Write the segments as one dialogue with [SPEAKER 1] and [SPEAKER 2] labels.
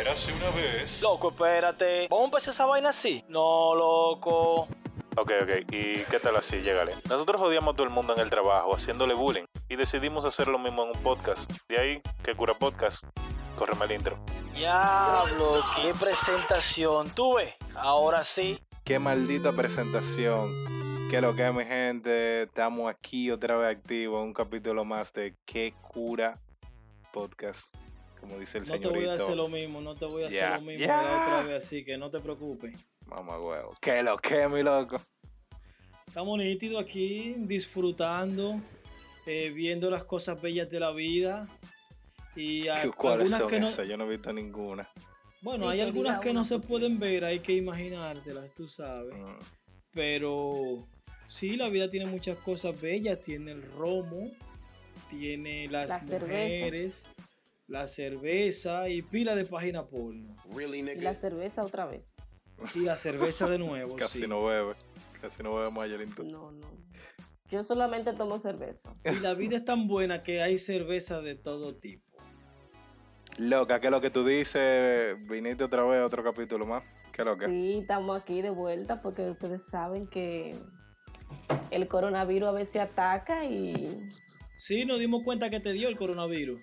[SPEAKER 1] Érase una vez.
[SPEAKER 2] Loco, espérate. Vamos a empezar esa vaina así. No, loco.
[SPEAKER 1] Ok, ok. ¿Y qué tal así? Llegale. Nosotros odiamos a todo el mundo en el trabajo, haciéndole bullying. Y decidimos hacer lo mismo en un podcast. De ahí, que cura podcast. Córreme el intro.
[SPEAKER 2] Diablo, qué presentación. Tú ves, ahora sí.
[SPEAKER 3] Qué maldita presentación. Qué lo que es, mi gente. Estamos aquí otra vez activos. Un capítulo más de Qué cura podcast. Como dice el
[SPEAKER 4] No te voy a hacer
[SPEAKER 3] señorito.
[SPEAKER 4] lo mismo, no te voy a hacer
[SPEAKER 3] Ya.
[SPEAKER 4] lo mismo la
[SPEAKER 3] Ya.
[SPEAKER 4] otra vez, así que no te preocupes.
[SPEAKER 3] Mamá huevo. Qué lo que, mi loco.
[SPEAKER 4] Estamos nítidos aquí, disfrutando, eh, viendo las cosas bellas de la vida. Y a-
[SPEAKER 3] ¿Cuáles
[SPEAKER 4] Ah, algunas
[SPEAKER 3] son
[SPEAKER 4] que no,
[SPEAKER 3] esas? Yo no he visto ninguna.
[SPEAKER 4] bueno,
[SPEAKER 5] Sí,
[SPEAKER 4] hay
[SPEAKER 5] que
[SPEAKER 4] algunas
[SPEAKER 5] diga
[SPEAKER 4] que
[SPEAKER 5] una,
[SPEAKER 4] no se
[SPEAKER 5] porque-
[SPEAKER 4] pueden ver, hay que imaginártelas, tú sabes.
[SPEAKER 3] Mm.
[SPEAKER 4] Pero sí, la vida tiene muchas cosas bellas. Tiene el romo, tiene las
[SPEAKER 5] La cerveza.
[SPEAKER 4] mujeres, la cerveza y pila de página porno.
[SPEAKER 5] Y la cerveza otra vez.
[SPEAKER 4] Y la cerveza de nuevo.
[SPEAKER 3] Casi
[SPEAKER 4] sí.
[SPEAKER 3] no bebe. Casi no bebe Mayelito.
[SPEAKER 5] No, no. Yo solamente tomo cerveza.
[SPEAKER 4] Y la vida es tan buena que hay cerveza de todo tipo.
[SPEAKER 3] Loca, qué lo que tú dices. Viniste otra vez a otro capítulo más. Qué lo que.
[SPEAKER 5] Sí, estamos aquí de vuelta porque ustedes saben que el coronavirus a veces ataca y...
[SPEAKER 4] Sí, nos dimos cuenta que te dio el coronavirus.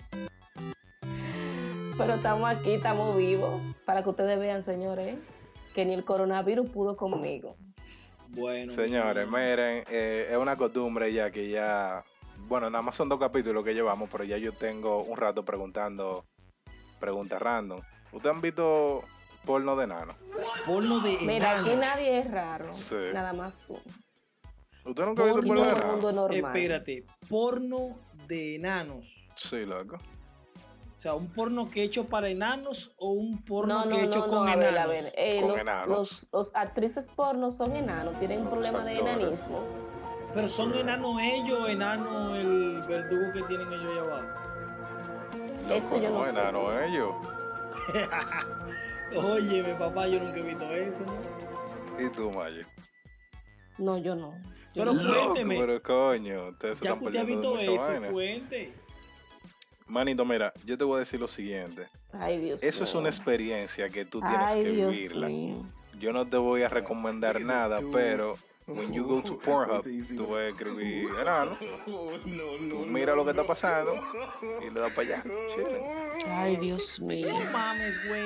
[SPEAKER 5] Pero estamos aquí, estamos vivos, para que ustedes vean, señores, que ni el coronavirus pudo conmigo.
[SPEAKER 4] Bueno.
[SPEAKER 3] Señores, miren, eh, es una costumbre ya que ya, bueno, nada más son dos capítulos que llevamos, pero ya yo tengo un rato preguntando preguntas random. ¿Ustedes han visto porno de nano?
[SPEAKER 4] Porno de
[SPEAKER 5] Mira, aquí
[SPEAKER 4] enanos.
[SPEAKER 5] nadie es raro,
[SPEAKER 3] Sí.
[SPEAKER 5] nada más tú.
[SPEAKER 3] ¿Usted nunca ha visto
[SPEAKER 4] Porno
[SPEAKER 3] porno
[SPEAKER 5] Todo
[SPEAKER 3] de
[SPEAKER 5] el mundo
[SPEAKER 3] nano?
[SPEAKER 5] es normal.
[SPEAKER 4] Espérate, porno de enanos.
[SPEAKER 3] Sí, loco.
[SPEAKER 4] O sea, un porno que hecho para enanos o un porno
[SPEAKER 5] No, no,
[SPEAKER 4] que hecho
[SPEAKER 5] no, no,
[SPEAKER 4] con
[SPEAKER 5] a
[SPEAKER 4] enanos.
[SPEAKER 5] ver, a ver. eh,
[SPEAKER 3] Con
[SPEAKER 5] los,
[SPEAKER 3] enanos.
[SPEAKER 5] Los, los actrices porno son enanos, tienen
[SPEAKER 3] Los
[SPEAKER 5] problemas de
[SPEAKER 3] actores.
[SPEAKER 5] enanismo.
[SPEAKER 4] Pero son enanos ellos, o enano el verdugo que tienen ellos allá abajo.
[SPEAKER 3] Loco,
[SPEAKER 5] Eso yo no sé.
[SPEAKER 3] enano ¿eh? ellos.
[SPEAKER 4] Óyeme, papá, yo nunca he visto eso. ¿no?
[SPEAKER 3] ¿Y tú, Mayo?
[SPEAKER 5] No, yo no. Yo
[SPEAKER 4] Pero
[SPEAKER 5] no.
[SPEAKER 3] Loco,
[SPEAKER 4] cuénteme.
[SPEAKER 3] pero coño, ustedes se
[SPEAKER 4] Ya
[SPEAKER 3] están
[SPEAKER 4] que usted ha
[SPEAKER 3] perdiendo de
[SPEAKER 4] visto
[SPEAKER 3] mucha
[SPEAKER 4] eso,
[SPEAKER 3] vaina.
[SPEAKER 4] cuente.
[SPEAKER 3] Manito, mira, yo te voy a decir lo siguiente.
[SPEAKER 5] Ay, Dios
[SPEAKER 3] Eso es
[SPEAKER 5] mío.
[SPEAKER 3] una experiencia que tú tienes
[SPEAKER 5] Ay,
[SPEAKER 3] que
[SPEAKER 5] Dios
[SPEAKER 3] vivirla.
[SPEAKER 5] mío.
[SPEAKER 3] Yo no te voy a recomendar
[SPEAKER 6] Look at this
[SPEAKER 3] nada,
[SPEAKER 6] dude.
[SPEAKER 3] pero when you go to Pornhub,
[SPEAKER 6] It's easy
[SPEAKER 3] tú
[SPEAKER 6] to-
[SPEAKER 3] vas a escribir enano,
[SPEAKER 6] No, no,
[SPEAKER 3] tú
[SPEAKER 6] no,
[SPEAKER 3] mira lo que está
[SPEAKER 6] no.
[SPEAKER 3] pasando y le das para allá. Chilling.
[SPEAKER 5] Ay, Dios mío.
[SPEAKER 4] No mames, güey.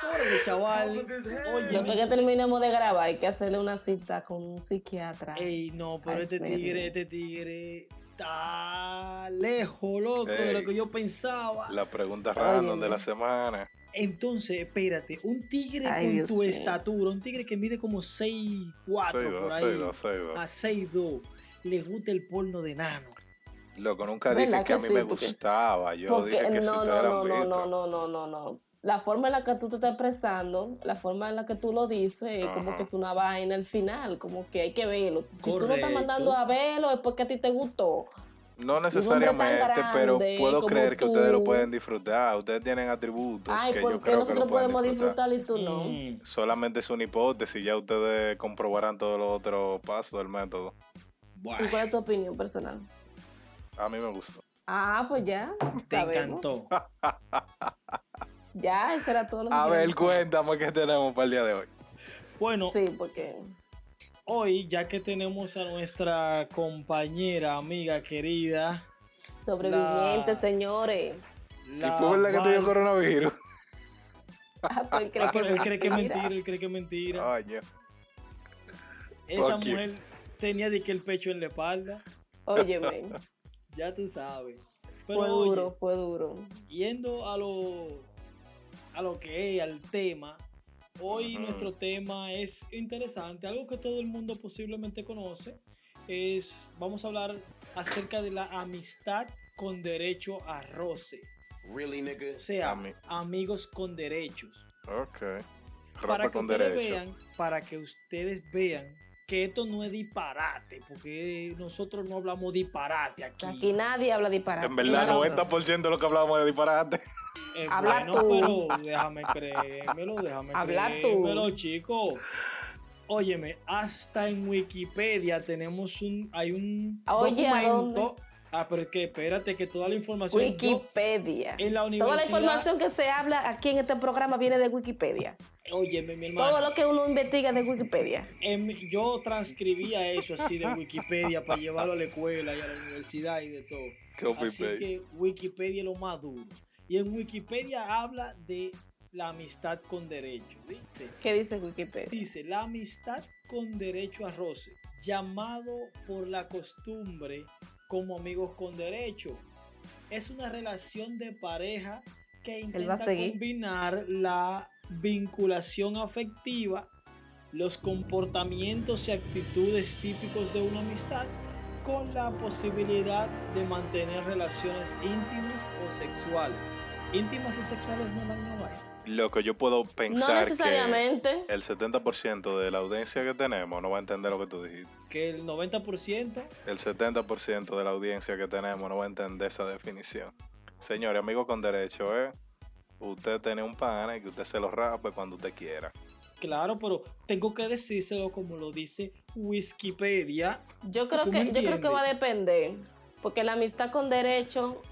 [SPEAKER 4] Pobre chaval. Oye,
[SPEAKER 5] Después que terminemos de grabar, hay que hacerle una cita con un psiquiatra.
[SPEAKER 4] Ey, no, pero
[SPEAKER 5] Ay,
[SPEAKER 4] este
[SPEAKER 5] espérate.
[SPEAKER 4] tigre, este tigre está lejos, loco, de
[SPEAKER 3] Ey.
[SPEAKER 4] lo que yo pensaba.
[SPEAKER 3] La pregunta random de
[SPEAKER 5] Óyeme.
[SPEAKER 3] la semana.
[SPEAKER 4] Entonces, espérate, un tigre
[SPEAKER 5] Ay,
[SPEAKER 4] con
[SPEAKER 5] Dios
[SPEAKER 4] tu
[SPEAKER 5] mío.
[SPEAKER 4] estatura, un tigre que mide como 6'4
[SPEAKER 3] Soy
[SPEAKER 4] por
[SPEAKER 3] dos,
[SPEAKER 4] ahí, Ah.
[SPEAKER 3] soy dos, soy
[SPEAKER 4] a
[SPEAKER 3] dos.
[SPEAKER 4] 6'2, le gusta el porno de nano.
[SPEAKER 3] Loco, nunca
[SPEAKER 5] ¿Verdad
[SPEAKER 3] dije que a
[SPEAKER 5] que
[SPEAKER 3] mí
[SPEAKER 5] sí?
[SPEAKER 3] me
[SPEAKER 5] Porque-
[SPEAKER 3] gustaba. Yo
[SPEAKER 5] Porque
[SPEAKER 3] dije que si
[SPEAKER 5] no, no,
[SPEAKER 3] ustedes la
[SPEAKER 5] no,
[SPEAKER 3] han
[SPEAKER 5] no, no,
[SPEAKER 3] visto.
[SPEAKER 5] no, no, no, no. La forma en la que tú te estás expresando, la forma en la que tú lo dices, es como
[SPEAKER 3] Ajá.
[SPEAKER 5] que es una vaina al final, como que hay que verlo. Si tú lo estás
[SPEAKER 4] Correcto.
[SPEAKER 5] mandando a verlo, es porque a ti te gustó.
[SPEAKER 3] No necesariamente,
[SPEAKER 5] grande
[SPEAKER 3] pero puedo
[SPEAKER 5] como
[SPEAKER 3] creer que
[SPEAKER 5] tú.
[SPEAKER 3] ustedes lo pueden disfrutar. Ustedes tienen atributos
[SPEAKER 5] Ay,
[SPEAKER 3] que yo
[SPEAKER 5] ¿por qué
[SPEAKER 3] creo que lo
[SPEAKER 5] nosotros
[SPEAKER 3] pueden
[SPEAKER 5] podemos
[SPEAKER 3] disfrutar.
[SPEAKER 5] disfrutar y tú no?
[SPEAKER 4] Mm.
[SPEAKER 3] Solamente es una hipótesis, ya ustedes comprobarán todos los otros pasos del método.
[SPEAKER 4] Bueno,
[SPEAKER 5] ¿Y cuál es tu opinión personal?
[SPEAKER 3] A mí me gustó.
[SPEAKER 5] Ah, pues ya.
[SPEAKER 4] te
[SPEAKER 5] sabemos.
[SPEAKER 4] encantó.
[SPEAKER 5] Ya, eso era todo lo que
[SPEAKER 3] A ver,
[SPEAKER 5] queríamos saber.
[SPEAKER 3] cuéntame qué tenemos para el día de hoy.
[SPEAKER 4] Bueno,
[SPEAKER 5] Sí, porque
[SPEAKER 4] hoy, ya que tenemos a nuestra compañera, amiga querida,
[SPEAKER 5] sobrevivientes,
[SPEAKER 4] La-
[SPEAKER 5] señores.
[SPEAKER 4] la
[SPEAKER 3] y fue verdad que te dio
[SPEAKER 4] Val-
[SPEAKER 3] coronavirus.
[SPEAKER 5] Ah, pues cree
[SPEAKER 4] Ah,
[SPEAKER 5] que
[SPEAKER 4] pero él cree que es
[SPEAKER 5] mentira.
[SPEAKER 4] mentira, él cree que es mentira.
[SPEAKER 3] Coño.
[SPEAKER 4] Esa
[SPEAKER 3] Ah, fuck you.
[SPEAKER 4] mujer tenía de que el pecho en la espalda,
[SPEAKER 5] Óyeme,
[SPEAKER 4] ya tú sabes. Pero
[SPEAKER 5] fue
[SPEAKER 4] oye,
[SPEAKER 5] duro, fue duro.
[SPEAKER 4] yendo a lo, a lo que es, al tema, hoy
[SPEAKER 3] Ujú.
[SPEAKER 4] nuestro tema es interesante, algo que todo el mundo posiblemente conoce, es, vamos a hablar acerca de la amistad con derecho a roce,
[SPEAKER 6] Really, nigga?
[SPEAKER 4] o sea,
[SPEAKER 3] Ami-
[SPEAKER 4] amigos con derechos.
[SPEAKER 3] Ok.
[SPEAKER 4] para
[SPEAKER 3] Rapa
[SPEAKER 4] que
[SPEAKER 3] con
[SPEAKER 4] ustedes
[SPEAKER 3] derecho.
[SPEAKER 4] vean, para que ustedes vean que esto no es disparate, porque nosotros no hablamos disparate aquí.
[SPEAKER 5] Aquí nadie habla disparate.
[SPEAKER 3] En verdad,
[SPEAKER 4] Claro.
[SPEAKER 3] 90% de lo que hablábamos de disparate.
[SPEAKER 4] Eh,
[SPEAKER 5] habla
[SPEAKER 4] bueno, pero déjame creérmelo, déjame
[SPEAKER 5] Habla tú.
[SPEAKER 4] creérmelo, chico. Óyeme, hasta en Wikipedia tenemos un hay un
[SPEAKER 5] Oye, ¿a dónde?
[SPEAKER 4] documento Ah, pero es que espérate que toda la información... yo-
[SPEAKER 5] Wikipedia.
[SPEAKER 4] en la
[SPEAKER 5] Toda la
[SPEAKER 4] universidad...
[SPEAKER 5] información que se habla aquí en este programa viene de Wikipedia.
[SPEAKER 4] Óyeme, mi
[SPEAKER 5] Todo
[SPEAKER 4] hermano.
[SPEAKER 5] lo que uno investiga es de Wikipedia.
[SPEAKER 4] em, yo transcribía eso así de Wikipedia para llevarlo a la escuela y a la universidad y de todo.
[SPEAKER 3] Copy
[SPEAKER 4] Así
[SPEAKER 3] paste.
[SPEAKER 4] que Wikipedia es lo más duro. Y en Wikipedia habla de la amistad con derecho. Dice,
[SPEAKER 5] ¿Qué dice Wikipedia?
[SPEAKER 4] dice la amistad con derecho a roce, llamado por la costumbre como amigos con derecho. Es una relación de pareja que
[SPEAKER 5] va a
[SPEAKER 4] intenta
[SPEAKER 5] seguir.
[SPEAKER 4] combinar la vinculación afectiva, los comportamientos y actitudes típicos de una amistad con la posibilidad de mantener relaciones íntimas o sexuales. Íntimas y sexuales no es la misma vaina.
[SPEAKER 3] Loco, yo puedo
[SPEAKER 5] No
[SPEAKER 3] pensar que
[SPEAKER 5] necesariamente.
[SPEAKER 3] el 70% de la audiencia que tenemos no va a entender lo que tú dijiste.
[SPEAKER 4] Que el 90%
[SPEAKER 3] El 70% de la audiencia que tenemos no va a entender esa definición. Señores, amigo con derecho, ¿eh? Usted tiene un pana y que usted se lo rape cuando usted quiera.
[SPEAKER 4] Claro, pero tengo que decírselo como lo dice Wikipedia.
[SPEAKER 5] Yo creo
[SPEAKER 4] ¿Tú me
[SPEAKER 5] que, yo creo que
[SPEAKER 4] entiendes?
[SPEAKER 5] va a depender. Porque la amistad con derecho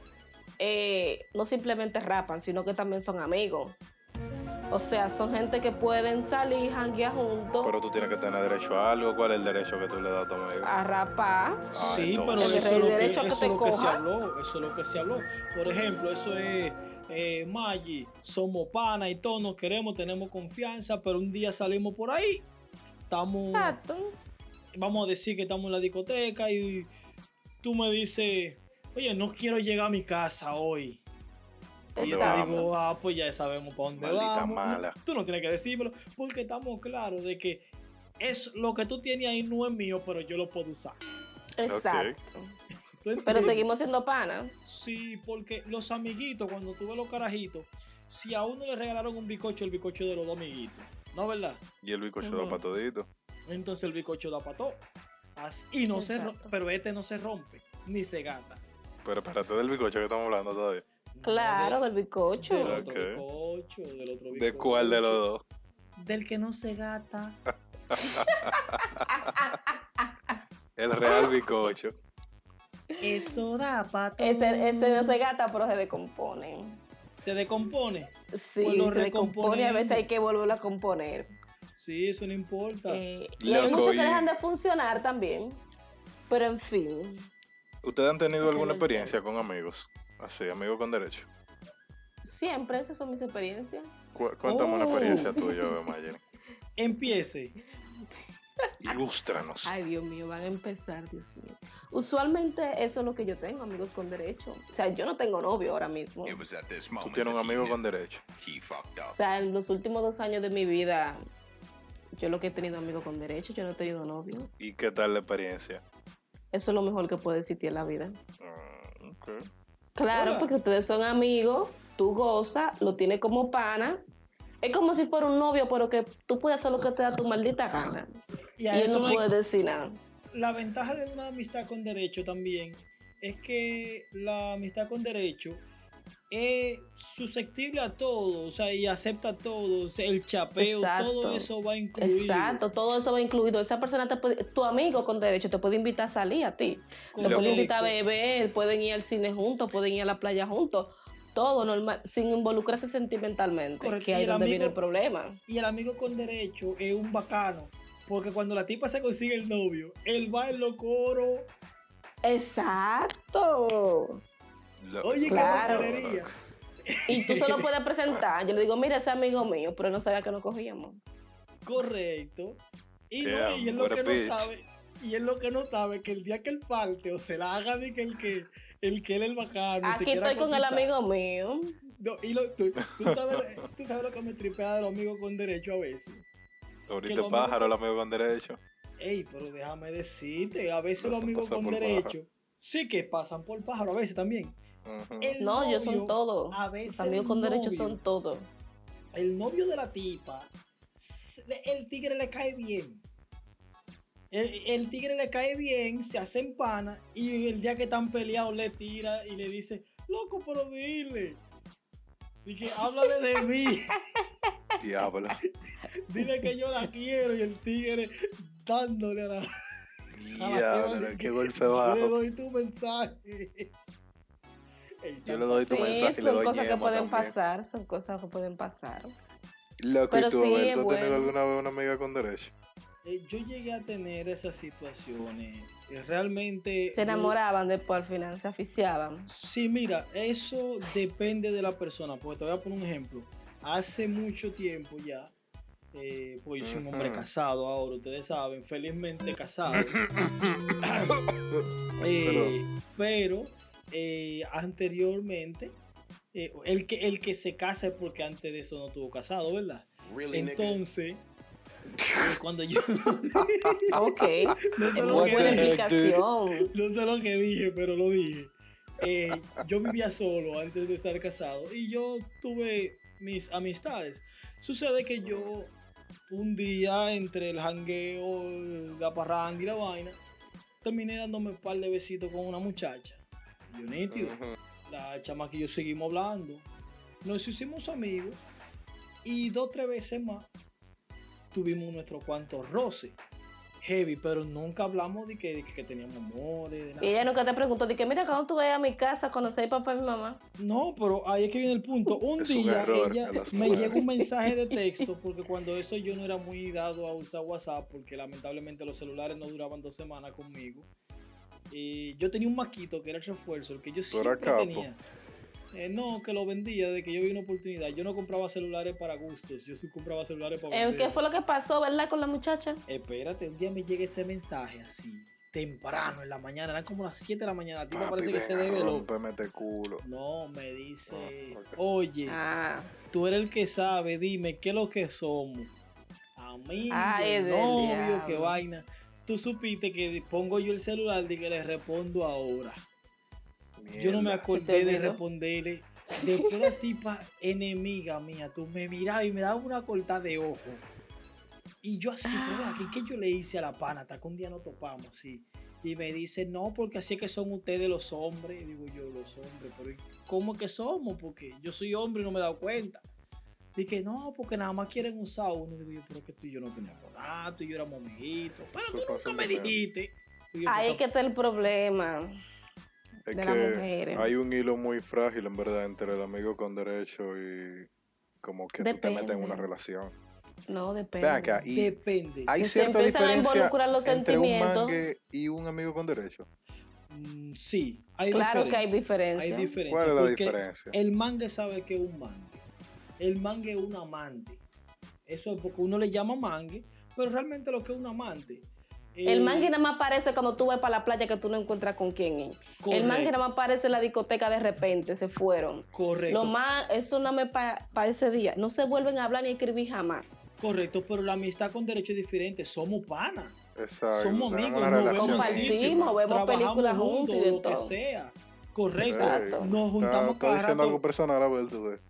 [SPEAKER 5] eh, no simplemente rapan, sino que también son amigos. O sea, son gente que pueden salir, janguear juntos,
[SPEAKER 3] Pero tú tienes que tener derecho a algo. ¿Cuál es el derecho que tú le das a tu amigo?
[SPEAKER 5] a rapar.
[SPEAKER 3] Ah,
[SPEAKER 4] sí, pero
[SPEAKER 3] entonces.
[SPEAKER 4] eso es lo
[SPEAKER 5] El
[SPEAKER 4] que,
[SPEAKER 5] derecho a que
[SPEAKER 4] eso es
[SPEAKER 5] te
[SPEAKER 4] lo que se
[SPEAKER 5] coja.
[SPEAKER 4] habló. Eso es lo que se habló. Por ejemplo, eso es eh, Maggi, somos pana y todos nos queremos, tenemos confianza, pero un día salimos por ahí. Estamos,
[SPEAKER 5] Exacto.
[SPEAKER 4] vamos a decir que estamos en la discoteca y tú me dices, oye, no quiero llegar a mi casa hoy. Y yo te
[SPEAKER 3] Vamos.
[SPEAKER 4] digo, ah, pues ya sabemos para dónde
[SPEAKER 3] Maldita
[SPEAKER 4] vamos. No,
[SPEAKER 3] mala.
[SPEAKER 4] Tú no tienes que decírmelo porque estamos claros de que es lo que tú tienes ahí no es mío, pero yo lo puedo usar.
[SPEAKER 5] Exacto.
[SPEAKER 4] ¿Tú
[SPEAKER 5] Pero
[SPEAKER 4] entiendes?
[SPEAKER 5] seguimos siendo panas.
[SPEAKER 4] Sí, porque los amiguitos, cuando tú ves los carajitos, si a uno le regalaron un bicocho, el bicocho es de los dos amiguitos. ¿No verdad?
[SPEAKER 3] Y el bicocho da
[SPEAKER 5] Ujú.
[SPEAKER 3] para todito.
[SPEAKER 4] Entonces el bicocho da para todo. As- Y no se ro-
[SPEAKER 5] Exacto.
[SPEAKER 4] pero este no se rompe, ni se gata.
[SPEAKER 3] Pero espérate del bicocho que estamos hablando todavía.
[SPEAKER 5] Claro,
[SPEAKER 4] No,
[SPEAKER 5] del bicocho.
[SPEAKER 4] de- del otro
[SPEAKER 3] Ok.
[SPEAKER 4] bicocho, del otro
[SPEAKER 3] ¿De cuál de los dos?
[SPEAKER 4] bicocho. Del que no se gata.
[SPEAKER 3] El real bicocho.
[SPEAKER 4] Eso da para
[SPEAKER 5] Ese, ese no se gata, pero se descompone.
[SPEAKER 4] se decompone.
[SPEAKER 5] Sí,
[SPEAKER 4] Pues lo
[SPEAKER 5] se descompone. A veces
[SPEAKER 4] recomponemos.
[SPEAKER 5] hay que volverlo a componer.
[SPEAKER 4] Sí, eso no importa.
[SPEAKER 5] Eh, y hay
[SPEAKER 3] Loco,
[SPEAKER 5] muchos
[SPEAKER 3] y-
[SPEAKER 5] que dejan de funcionar también. Pero en fin.
[SPEAKER 3] ¿Ustedes han tenido
[SPEAKER 5] Ok,
[SPEAKER 3] alguna
[SPEAKER 5] lo entiendo.
[SPEAKER 3] experiencia con amigos? Así, amigos con derecho.
[SPEAKER 5] Siempre esas son mis experiencias.
[SPEAKER 3] Cu- cuéntame una
[SPEAKER 5] Uh.
[SPEAKER 4] Oh.
[SPEAKER 3] experiencia tuya, Mayer.
[SPEAKER 4] Empiece.
[SPEAKER 3] Ilústranos.
[SPEAKER 5] Ay, Dios mío, van a empezar, Dios mío. Usualmente eso es lo que yo tengo, amigos con derecho. O sea, yo no tengo novio ahora mismo.
[SPEAKER 6] It was at this
[SPEAKER 3] Tú
[SPEAKER 6] moment
[SPEAKER 3] tienes un
[SPEAKER 6] that he
[SPEAKER 3] amigo
[SPEAKER 6] knew
[SPEAKER 3] con derecho.
[SPEAKER 6] he fucked
[SPEAKER 5] O
[SPEAKER 6] up.
[SPEAKER 5] sea, en los últimos dos años de mi vida, yo lo que he tenido amigos con derecho, yo no he tenido novio.
[SPEAKER 3] ¿Y qué tal la experiencia?
[SPEAKER 5] Eso es lo mejor que puede existir en la vida.
[SPEAKER 3] Mm, ok.
[SPEAKER 5] Claro,
[SPEAKER 4] Hola.
[SPEAKER 5] porque ustedes son amigos, tú gozas, lo tienes como pana. Es como si fuera un novio, pero que tú puedes hacer lo que te da tu maldita gana.
[SPEAKER 4] Y
[SPEAKER 5] Y
[SPEAKER 4] a
[SPEAKER 5] él
[SPEAKER 4] eso
[SPEAKER 5] no
[SPEAKER 4] no hay-
[SPEAKER 5] puede decir nada.
[SPEAKER 4] La ventaja de una amistad con derecho también es que la amistad con derecho es susceptible a todo, o sea, y acepta todo, o sea, el chapeo,
[SPEAKER 5] Exacto.
[SPEAKER 4] todo eso va incluido.
[SPEAKER 5] Exacto, todo eso va incluido. Esa persona, te puede- tu amigo con derecho, te puede invitar a salir a ti. Te
[SPEAKER 4] Correcto.
[SPEAKER 5] pueden invitar a beber, pueden ir al cine juntos, pueden ir a la playa juntos. Todo normal, sin involucrarse sentimentalmente,
[SPEAKER 4] Correcto,
[SPEAKER 5] que
[SPEAKER 4] y
[SPEAKER 5] ahí es
[SPEAKER 4] el
[SPEAKER 5] donde viene el
[SPEAKER 4] amigo-
[SPEAKER 5] problema.
[SPEAKER 4] Y el amigo con derecho es un bacano, porque cuando la tipa se consigue el novio, él va en los coros.
[SPEAKER 5] Exacto.
[SPEAKER 3] Lo-
[SPEAKER 4] Oye, qué
[SPEAKER 5] Claro.
[SPEAKER 4] bacanería.
[SPEAKER 5] Y tú solo puedes presentar. Yo le digo, mira, ese amigo mío, pero él no sabía que nos cogíamos.
[SPEAKER 4] Correcto. Y, no-
[SPEAKER 3] Damn,
[SPEAKER 4] y es lo
[SPEAKER 3] what a
[SPEAKER 4] que
[SPEAKER 3] bitch.
[SPEAKER 4] no sabe. Y es lo que no sabe que el día que él parte o se la haga de que el que el que él es el bacano. y se
[SPEAKER 5] Aquí
[SPEAKER 4] quiera
[SPEAKER 5] estoy con el
[SPEAKER 4] cotizar.
[SPEAKER 5] amigo mío.
[SPEAKER 4] No, y lo- tú, tú sabes, tú sabes lo que me tripea de los amigos con derecho a veces. que
[SPEAKER 3] Ahorita
[SPEAKER 4] lo
[SPEAKER 3] pájaro, el amigo con derecho.
[SPEAKER 4] Ey, pero déjame decirte, a veces
[SPEAKER 3] Los
[SPEAKER 4] los
[SPEAKER 3] han
[SPEAKER 4] amigos
[SPEAKER 3] pasado
[SPEAKER 4] con
[SPEAKER 3] por
[SPEAKER 4] derecho
[SPEAKER 3] pájaro.
[SPEAKER 4] sí que pasan por pájaro a veces también.
[SPEAKER 3] Ujú.
[SPEAKER 4] El
[SPEAKER 5] No, yo
[SPEAKER 4] novio,
[SPEAKER 5] son todo.
[SPEAKER 4] A veces
[SPEAKER 5] Los amigos
[SPEAKER 4] el
[SPEAKER 5] con derecho
[SPEAKER 4] novio-
[SPEAKER 5] son todo.
[SPEAKER 4] el novio de la tipa, se- el tigre le cae bien. El, el tigre le cae bien, se hacen pana y el día que están peleados le tira y le dice, loco, pero dile. Y que háblale de mí,
[SPEAKER 3] Diablo.
[SPEAKER 4] dile que yo la quiero y el tigre dándole a la...
[SPEAKER 3] Diablo, qué golpe
[SPEAKER 4] Yo le
[SPEAKER 3] bajo.
[SPEAKER 4] doy tu mensaje. Ey,
[SPEAKER 3] Yo le doy tu
[SPEAKER 5] Sí,
[SPEAKER 3] mensaje y le
[SPEAKER 5] son
[SPEAKER 3] doy
[SPEAKER 5] cosas que
[SPEAKER 3] ñemo
[SPEAKER 5] pueden
[SPEAKER 3] también.
[SPEAKER 5] pasar, son cosas que pueden pasar.
[SPEAKER 3] Loco, y
[SPEAKER 5] Pero
[SPEAKER 3] tú,
[SPEAKER 5] sí,
[SPEAKER 3] Abel, ¿tú has
[SPEAKER 5] bueno.
[SPEAKER 3] tenido alguna vez una amiga con derecho?
[SPEAKER 4] Eh, yo llegué a tener esas situaciones. Eh, Realmente.
[SPEAKER 5] Se
[SPEAKER 4] yo-
[SPEAKER 5] enamoraban después al final, se aficiaban.
[SPEAKER 4] Sí, mira, eso depende de la persona. Porque te voy a poner un ejemplo. Hace mucho tiempo ya, eh, pues yo soy un hombre
[SPEAKER 3] Ujú.
[SPEAKER 4] casado ahora, ustedes saben, felizmente casado. Eh, pero eh, anteriormente, eh, el, que, el que se casa es porque antes de eso no tuvo casado, ¿verdad?
[SPEAKER 6] Really, nigga?
[SPEAKER 4] Entonces, eh, cuando yo.
[SPEAKER 5] Ah, Ok,
[SPEAKER 4] no sé
[SPEAKER 5] es
[SPEAKER 4] lo
[SPEAKER 3] What
[SPEAKER 5] muy
[SPEAKER 4] que
[SPEAKER 3] the
[SPEAKER 5] buena
[SPEAKER 4] dije.
[SPEAKER 3] heck, dude?
[SPEAKER 5] explicación.
[SPEAKER 4] No sé lo que dije, pero lo dije. Eh, yo vivía solo antes de estar casado y yo tuve mis amistades. Sucede que yo un día entre el jangueo, la parranda y la vaina, terminé dándome un par de besitos con una muchacha. Yo nítido.
[SPEAKER 3] Ujú.
[SPEAKER 4] La chama que yo seguimos hablando. Nos hicimos amigos y dos tres veces más tuvimos nuestro cuanto roce. Heavy, pero nunca hablamos de que, de que teníamos amores, de nada.
[SPEAKER 5] Y ella nunca te preguntó, dije, mira, cuando tú vayas a mi casa a conocer a mi papá y mi mamá,
[SPEAKER 4] No, pero ahí es que viene el punto. Un
[SPEAKER 3] Es un
[SPEAKER 4] día
[SPEAKER 3] error
[SPEAKER 4] ella
[SPEAKER 3] a las
[SPEAKER 4] me
[SPEAKER 3] mujeres.
[SPEAKER 4] llega un mensaje de texto, porque cuando eso yo no era muy dado a usar WhatsApp, porque lamentablemente los celulares no duraban dos semanas conmigo. Y yo tenía un maquito que era el refuerzo, el que yo
[SPEAKER 3] Tú eras
[SPEAKER 4] siempre
[SPEAKER 3] capo.
[SPEAKER 4] tenía. Eh, no, que lo vendía de que yo vi una oportunidad. Yo no compraba celulares para gustos, yo sí compraba celulares para
[SPEAKER 5] eh,
[SPEAKER 4] vender.
[SPEAKER 5] ¿qué fue lo que pasó, verdad, con la muchacha?
[SPEAKER 4] Espérate, un día me llega ese mensaje así, temprano en la mañana, eran como las 7 de la mañana. A ti me
[SPEAKER 3] Papi,
[SPEAKER 4] parece que se
[SPEAKER 3] ven,
[SPEAKER 4] debe lo.
[SPEAKER 3] rómpeme este culo.
[SPEAKER 4] No, me dice,
[SPEAKER 3] Ah, ok.
[SPEAKER 4] oye,
[SPEAKER 5] Ah,
[SPEAKER 4] tú eres el que sabe, dime, ¿qué es lo que somos? Amigo,
[SPEAKER 5] Ay, del
[SPEAKER 4] novio, qué
[SPEAKER 5] diablo.
[SPEAKER 4] vaina. Tú supiste que pongo yo el celular y que le respondo ahora. Yo no me
[SPEAKER 3] Mierda.
[SPEAKER 5] Se
[SPEAKER 4] acordé
[SPEAKER 5] te
[SPEAKER 4] de
[SPEAKER 5] olvidó.
[SPEAKER 4] responderle. Después la tipa enemiga mía, tú me mirabas y me dabas una cortada de ojo. Y yo así, pero
[SPEAKER 5] Ah.
[SPEAKER 4] ven aquí, ¿qué yo le hice a la pana? Hasta que un día nos topamos, sí. Y me dice, no, porque así es que son ustedes los hombres. Y digo yo, los hombres, pero ¿y ¿cómo que somos? Porque yo soy hombre y no me he dado cuenta. Dije, no, porque nada más quieren usar uno. Y digo yo, pero es que tú y yo no teníamos nada, tú y yo éramos amiguitos. Pero
[SPEAKER 3] Eso
[SPEAKER 4] tú
[SPEAKER 3] pasa
[SPEAKER 4] nunca me
[SPEAKER 3] mucho.
[SPEAKER 4] dijiste. Y yo,
[SPEAKER 5] ahí es
[SPEAKER 4] "Pero
[SPEAKER 5] que está el problema.
[SPEAKER 3] Es
[SPEAKER 5] de las
[SPEAKER 3] que
[SPEAKER 5] mujeres.
[SPEAKER 3] hay un hilo muy frágil, en verdad, entre el amigo con derecho y como que tú te metes en una
[SPEAKER 5] Depende.
[SPEAKER 3] relación.
[SPEAKER 5] No, depende.
[SPEAKER 3] Ve acá, Ah, y
[SPEAKER 4] Depende.
[SPEAKER 3] hay
[SPEAKER 5] Que se
[SPEAKER 3] cierta
[SPEAKER 5] empiezan a
[SPEAKER 3] diferencia
[SPEAKER 5] involucrar los
[SPEAKER 3] entre un
[SPEAKER 5] sentimientos.
[SPEAKER 3] mangue y un amigo con derecho.
[SPEAKER 4] Mm, Sí, hay
[SPEAKER 5] claro que hay
[SPEAKER 4] diferencia.
[SPEAKER 5] diferencia.
[SPEAKER 4] Hay diferencia.
[SPEAKER 3] ¿Cuál es la
[SPEAKER 4] porque
[SPEAKER 3] diferencia?
[SPEAKER 4] El mangue sabe que es un mangue. El mangue es un amante. Eso es porque uno le llama mangue, pero realmente lo que es un amante. eh,
[SPEAKER 5] El mangue nada más aparece cuando tú vas para la playa que tú no encuentras con quién ir. El mangue nada más aparece en la discoteca de repente, se fueron.
[SPEAKER 4] Correcto.
[SPEAKER 5] Lo más, eso no me para ese día. No se vuelven a hablar ni a escribir jamás.
[SPEAKER 4] correcto, pero la amistad con derecho es diferente. Somos panas.
[SPEAKER 3] Exacto.
[SPEAKER 4] somos
[SPEAKER 3] tenemos
[SPEAKER 4] amigos,
[SPEAKER 3] una
[SPEAKER 4] nos
[SPEAKER 3] relación
[SPEAKER 4] vemos
[SPEAKER 5] Compartimos,
[SPEAKER 3] íntima.
[SPEAKER 5] vemos
[SPEAKER 4] Trabajamos
[SPEAKER 5] películas juntos
[SPEAKER 4] juntos,
[SPEAKER 5] y de
[SPEAKER 4] lo que
[SPEAKER 5] todo.
[SPEAKER 4] sea. Correcto.
[SPEAKER 5] Exacto.
[SPEAKER 4] Nos
[SPEAKER 3] Eh, Está-
[SPEAKER 4] juntamos
[SPEAKER 3] está
[SPEAKER 4] cada
[SPEAKER 3] diciendo
[SPEAKER 4] rato.
[SPEAKER 3] algo personal, Abel, tú ves.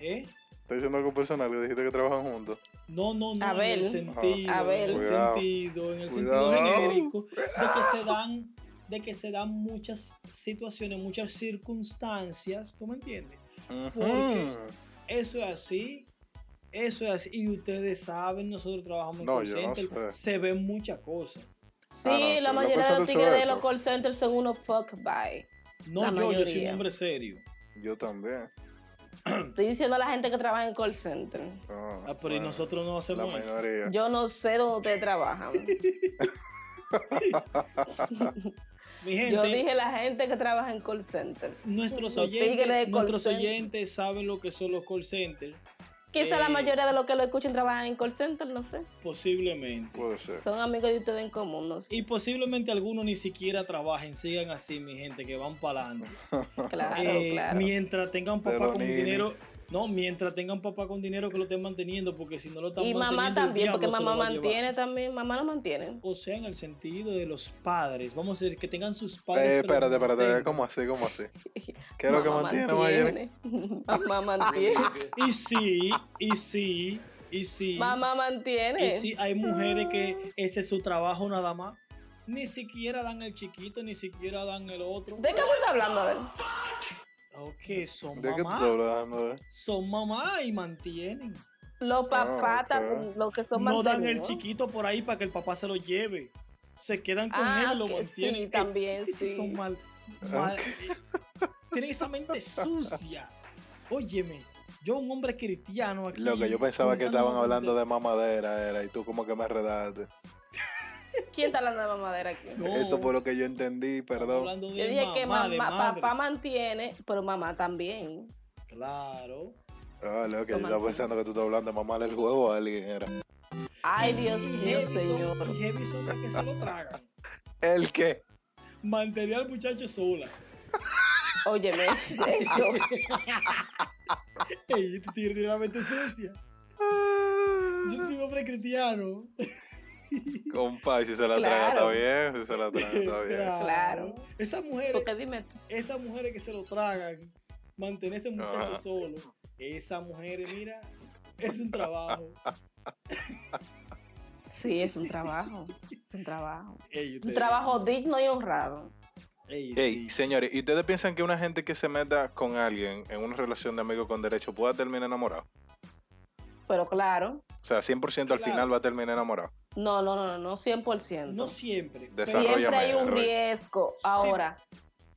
[SPEAKER 4] ¿Eh?
[SPEAKER 3] Está diciendo algo personal, que dijiste que trabajan juntos.
[SPEAKER 4] No, no, no, en
[SPEAKER 5] Abel.
[SPEAKER 4] el sentido,
[SPEAKER 5] Abel.
[SPEAKER 4] en el
[SPEAKER 3] Cuidado.
[SPEAKER 4] sentido, en el
[SPEAKER 3] Cuidado.
[SPEAKER 4] sentido genérico, de que se dan, de que se dan muchas situaciones, muchas circunstancias, ¿tú me entiendes? Porque-
[SPEAKER 3] Mm,
[SPEAKER 4] Eso es así, eso es así, y ustedes saben, nosotros trabajamos en
[SPEAKER 3] No,
[SPEAKER 4] call
[SPEAKER 3] yo no
[SPEAKER 4] center,
[SPEAKER 3] sé.
[SPEAKER 4] se ven muchas cosas.
[SPEAKER 5] Sí,
[SPEAKER 3] Ah, no, sí,
[SPEAKER 5] la
[SPEAKER 3] los
[SPEAKER 5] mayoría
[SPEAKER 3] call
[SPEAKER 5] de los
[SPEAKER 3] centers se ve
[SPEAKER 5] tigres de
[SPEAKER 3] de
[SPEAKER 5] los
[SPEAKER 3] todo.
[SPEAKER 5] call centers son unos fuck by.
[SPEAKER 4] No,
[SPEAKER 5] La
[SPEAKER 4] yo, yo soy un
[SPEAKER 5] mayoría.
[SPEAKER 4] hombre serio.
[SPEAKER 3] Yo también.
[SPEAKER 5] Estoy diciendo a la gente que trabaja en call center.
[SPEAKER 3] Ah,
[SPEAKER 4] Ah, pero y
[SPEAKER 3] bueno,
[SPEAKER 4] nosotros no
[SPEAKER 3] La
[SPEAKER 4] hacemos eso.
[SPEAKER 3] minoría.
[SPEAKER 5] Yo no sé dónde ustedes trabajan.
[SPEAKER 4] Mi
[SPEAKER 5] Yo
[SPEAKER 4] gente,
[SPEAKER 5] dije la gente que trabaja en call center.
[SPEAKER 4] nuestros,
[SPEAKER 5] los tigres de
[SPEAKER 4] oyentes,
[SPEAKER 5] call
[SPEAKER 4] nuestros
[SPEAKER 5] center.
[SPEAKER 4] oyentes saben lo que son los call centers,
[SPEAKER 5] Quizá
[SPEAKER 4] Eh.
[SPEAKER 5] la mayoría de los que lo escuchan trabajan en call center, no sé.
[SPEAKER 4] posiblemente.
[SPEAKER 3] Puede ser.
[SPEAKER 5] Son amigos de ustedes en común, no sé.
[SPEAKER 4] Y posiblemente algunos ni siquiera trabajen, sigan así, mi gente, que van para adelante.
[SPEAKER 5] Claro,
[SPEAKER 4] Eh,
[SPEAKER 5] claro.
[SPEAKER 4] Mientras tengan papá
[SPEAKER 3] Pero
[SPEAKER 4] con
[SPEAKER 3] ni-
[SPEAKER 4] dinero, no, mientras tengan papá con dinero que lo estén manteniendo, porque si no lo están
[SPEAKER 5] Y mamá
[SPEAKER 4] manteniendo, el
[SPEAKER 5] también, porque
[SPEAKER 4] diablo se
[SPEAKER 5] mamá
[SPEAKER 4] lo va a llevar.
[SPEAKER 5] mantiene también. Mamá lo mantiene.
[SPEAKER 4] O sea, en el sentido de los padres, vamos a decir que tengan sus padres.
[SPEAKER 3] Eh,
[SPEAKER 4] pero
[SPEAKER 3] espérate,
[SPEAKER 4] los
[SPEAKER 3] espérate,
[SPEAKER 4] mantengan.
[SPEAKER 3] ¿cómo así? ¿Cómo así? ¿Qué es lo que
[SPEAKER 5] Mamá
[SPEAKER 3] mantiene, Mayuri?
[SPEAKER 5] Mamá
[SPEAKER 6] Really,
[SPEAKER 5] mantiene.
[SPEAKER 6] nigga?
[SPEAKER 4] Y sí, y sí, y sí.
[SPEAKER 5] Mamá
[SPEAKER 4] Y
[SPEAKER 5] mantiene.
[SPEAKER 4] sí, hay mujeres que ese es su trabajo nada más. Ni siquiera dan el chiquito, ni siquiera dan el otro.
[SPEAKER 5] ¿De qué tú estás hablando, a ver?
[SPEAKER 4] Ok, son
[SPEAKER 3] ¿De qué tú
[SPEAKER 4] mamás.
[SPEAKER 3] estás hablando? eh?
[SPEAKER 4] Son mamá y mantienen.
[SPEAKER 5] Los papás,
[SPEAKER 3] Ah, ok.
[SPEAKER 5] también, los que son
[SPEAKER 4] no dan el
[SPEAKER 5] mantenidos.
[SPEAKER 4] chiquito por ahí para que el papá se lo lleve. se quedan con
[SPEAKER 5] Ah,
[SPEAKER 4] él, lo
[SPEAKER 5] que
[SPEAKER 4] mantienen.
[SPEAKER 5] sí,
[SPEAKER 4] Eh,
[SPEAKER 5] también,
[SPEAKER 4] esos
[SPEAKER 5] sí.
[SPEAKER 4] son mal,
[SPEAKER 3] Ah.
[SPEAKER 4] mal- eh, tienen esa mente sucia. Óyeme, yo un hombre cristiano aquí.
[SPEAKER 3] Lo que yo pensaba que estaban
[SPEAKER 4] contando-
[SPEAKER 3] hablando de mamadera era, y tú como que me redaste.
[SPEAKER 5] ¿Quién está hablando de mamadera aquí?
[SPEAKER 4] No,
[SPEAKER 3] Eso fue lo que yo entendí,
[SPEAKER 4] estamos
[SPEAKER 3] perdón.
[SPEAKER 4] hablando de
[SPEAKER 5] Yo dije que
[SPEAKER 4] mamá, de
[SPEAKER 5] mamá-
[SPEAKER 4] madre.
[SPEAKER 5] papá mantiene, pero mamá también.
[SPEAKER 4] Claro.
[SPEAKER 3] Ah, lo que yo estaba
[SPEAKER 5] Tomando.
[SPEAKER 3] pensando que tú estás hablando de mamarle el huevo a alguien era.
[SPEAKER 5] Ay, Dios
[SPEAKER 4] Y
[SPEAKER 5] mío,
[SPEAKER 4] heavy son-
[SPEAKER 5] señor.
[SPEAKER 4] Y heavy son las que se lo tragan.
[SPEAKER 3] ¿El qué?
[SPEAKER 4] Mantener al muchacho sola.
[SPEAKER 5] Óyeme, eh, eso.
[SPEAKER 4] Ey, este tigre tiene la mente sucia. Yo soy un hombre cristiano.
[SPEAKER 3] Compa, y si se la
[SPEAKER 5] Claro.
[SPEAKER 3] traga está bien, si se la traga está bien.
[SPEAKER 5] Claro.
[SPEAKER 4] Esas mujeres,
[SPEAKER 5] Porque dime tú.
[SPEAKER 4] esas mujeres que se lo tragan, mantenerse muchacho
[SPEAKER 3] Ajá.
[SPEAKER 4] solo. Esas mujeres, mira, es un trabajo.
[SPEAKER 5] Sí, es un trabajo. Es un trabajo.
[SPEAKER 4] Ey,
[SPEAKER 5] Un
[SPEAKER 4] ustedes-
[SPEAKER 5] trabajo digno y honrado.
[SPEAKER 4] Ey,
[SPEAKER 3] Ey,
[SPEAKER 4] sí.
[SPEAKER 3] señores, ¿y ustedes piensan que una gente que se meta con alguien en una relación de amigos con derecho pueda terminar enamorado?
[SPEAKER 5] Pero claro.
[SPEAKER 3] O sea, 100% al
[SPEAKER 4] Claro.
[SPEAKER 3] final va a terminar enamorado.
[SPEAKER 5] No, no, no, no, no 100%.
[SPEAKER 4] No siempre.
[SPEAKER 3] Desarrolla.
[SPEAKER 5] Siempre hay un
[SPEAKER 3] Roy.
[SPEAKER 5] riesgo.
[SPEAKER 4] Sí.
[SPEAKER 5] Ahora,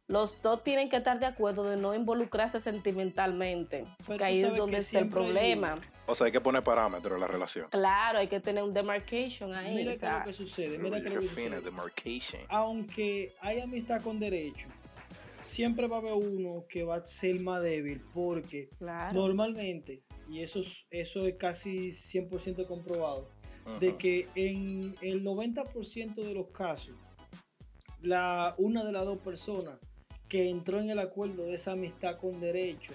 [SPEAKER 5] los dos tienen que estar de acuerdo de no involucrarse sentimentalmente.
[SPEAKER 4] Pero
[SPEAKER 5] que
[SPEAKER 4] tú
[SPEAKER 5] ahí es
[SPEAKER 4] sabes
[SPEAKER 5] donde
[SPEAKER 4] que
[SPEAKER 5] está el
[SPEAKER 4] siempre hay
[SPEAKER 5] problema.
[SPEAKER 3] O sea, hay que poner parámetros en la relación.
[SPEAKER 5] Claro, hay que tener un demarcation ahí.
[SPEAKER 4] Mira
[SPEAKER 5] o
[SPEAKER 4] qué
[SPEAKER 5] sea,
[SPEAKER 4] lo que sucede. Mira qué lo que sucede. aunque hay amistad con derecho, siempre va a haber uno que va a ser más débil porque
[SPEAKER 5] claro.
[SPEAKER 4] normalmente, y eso es, eso es casi 100% comprobado,
[SPEAKER 3] Ujú.
[SPEAKER 4] de que en el 90% de los casos, la, una de las dos personas que entró en el acuerdo de esa amistad con derecho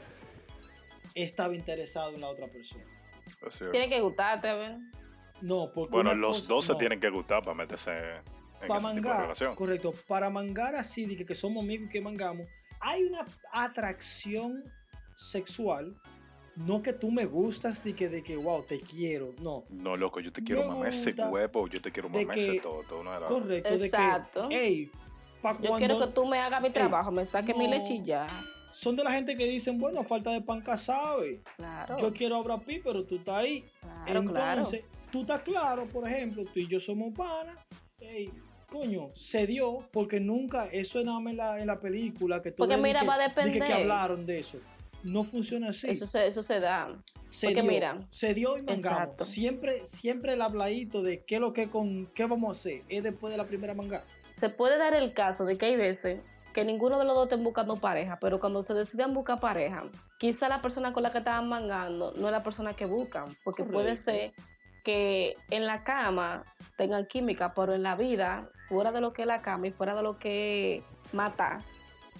[SPEAKER 4] estaba interesado en la otra persona.
[SPEAKER 3] Es cierto.
[SPEAKER 5] Tiene que gustarte, a ver.
[SPEAKER 4] No, porque
[SPEAKER 1] Bueno,
[SPEAKER 4] una
[SPEAKER 1] los
[SPEAKER 4] cosa-
[SPEAKER 1] dos se
[SPEAKER 4] no.
[SPEAKER 1] tienen que gustar para meterse en
[SPEAKER 4] para
[SPEAKER 1] ese tipo de
[SPEAKER 4] mangar,
[SPEAKER 1] relación.
[SPEAKER 4] correcto, para mangar así, de que, que somos amigos y que mangamos, hay una atracción sexual, no que tú me gustas, de que, de que, wow, te quiero, no,
[SPEAKER 3] No, loco, yo te
[SPEAKER 4] Me
[SPEAKER 3] quiero mamar ese
[SPEAKER 4] gusta
[SPEAKER 3] huevo, yo te quiero
[SPEAKER 4] de
[SPEAKER 3] mamar ese
[SPEAKER 4] que-
[SPEAKER 3] todo, todo, no era.
[SPEAKER 4] correcto,
[SPEAKER 5] Exacto.
[SPEAKER 4] de que, hey, pa
[SPEAKER 5] Yo
[SPEAKER 4] cuando-
[SPEAKER 5] quiero que tú me hagas mi trabajo, me saques mi
[SPEAKER 4] no.
[SPEAKER 5] lechilla.
[SPEAKER 4] son de la gente que dicen, bueno, a falta de panca sabe,
[SPEAKER 5] Claro.
[SPEAKER 4] yo quiero a Brad Pitt, pero tú estás ahí,
[SPEAKER 5] claro,
[SPEAKER 4] entonces, tú estás claro, por ejemplo, tú y yo somos panas, ey, coño, se dio, porque nunca, eso es nada más en la, en la película, que tú
[SPEAKER 5] Porque
[SPEAKER 4] ves de
[SPEAKER 5] mira,
[SPEAKER 4] que,
[SPEAKER 5] va a
[SPEAKER 4] de que- que,
[SPEAKER 5] depender.
[SPEAKER 4] hablaron de eso. No funciona así.
[SPEAKER 5] claro. Eso, se, eso se da.
[SPEAKER 4] se
[SPEAKER 5] porque
[SPEAKER 4] dio,
[SPEAKER 5] mira.
[SPEAKER 4] se dio y mangamos.
[SPEAKER 5] Exacto.
[SPEAKER 4] Siempre, siempre el habladito de qué es lo que con qué vamos a hacer es después de la primera manga.
[SPEAKER 5] Se puede dar el caso de que hay veces que ninguno de los dos estén buscando pareja, pero cuando se decidan buscar pareja, quizá la persona con la que estaban mangando no es la persona que buscan, porque puede
[SPEAKER 4] Correcto.
[SPEAKER 5] ser que en la cama tengan química, pero en la vida, fuera de lo que es la cama y fuera de lo que mata,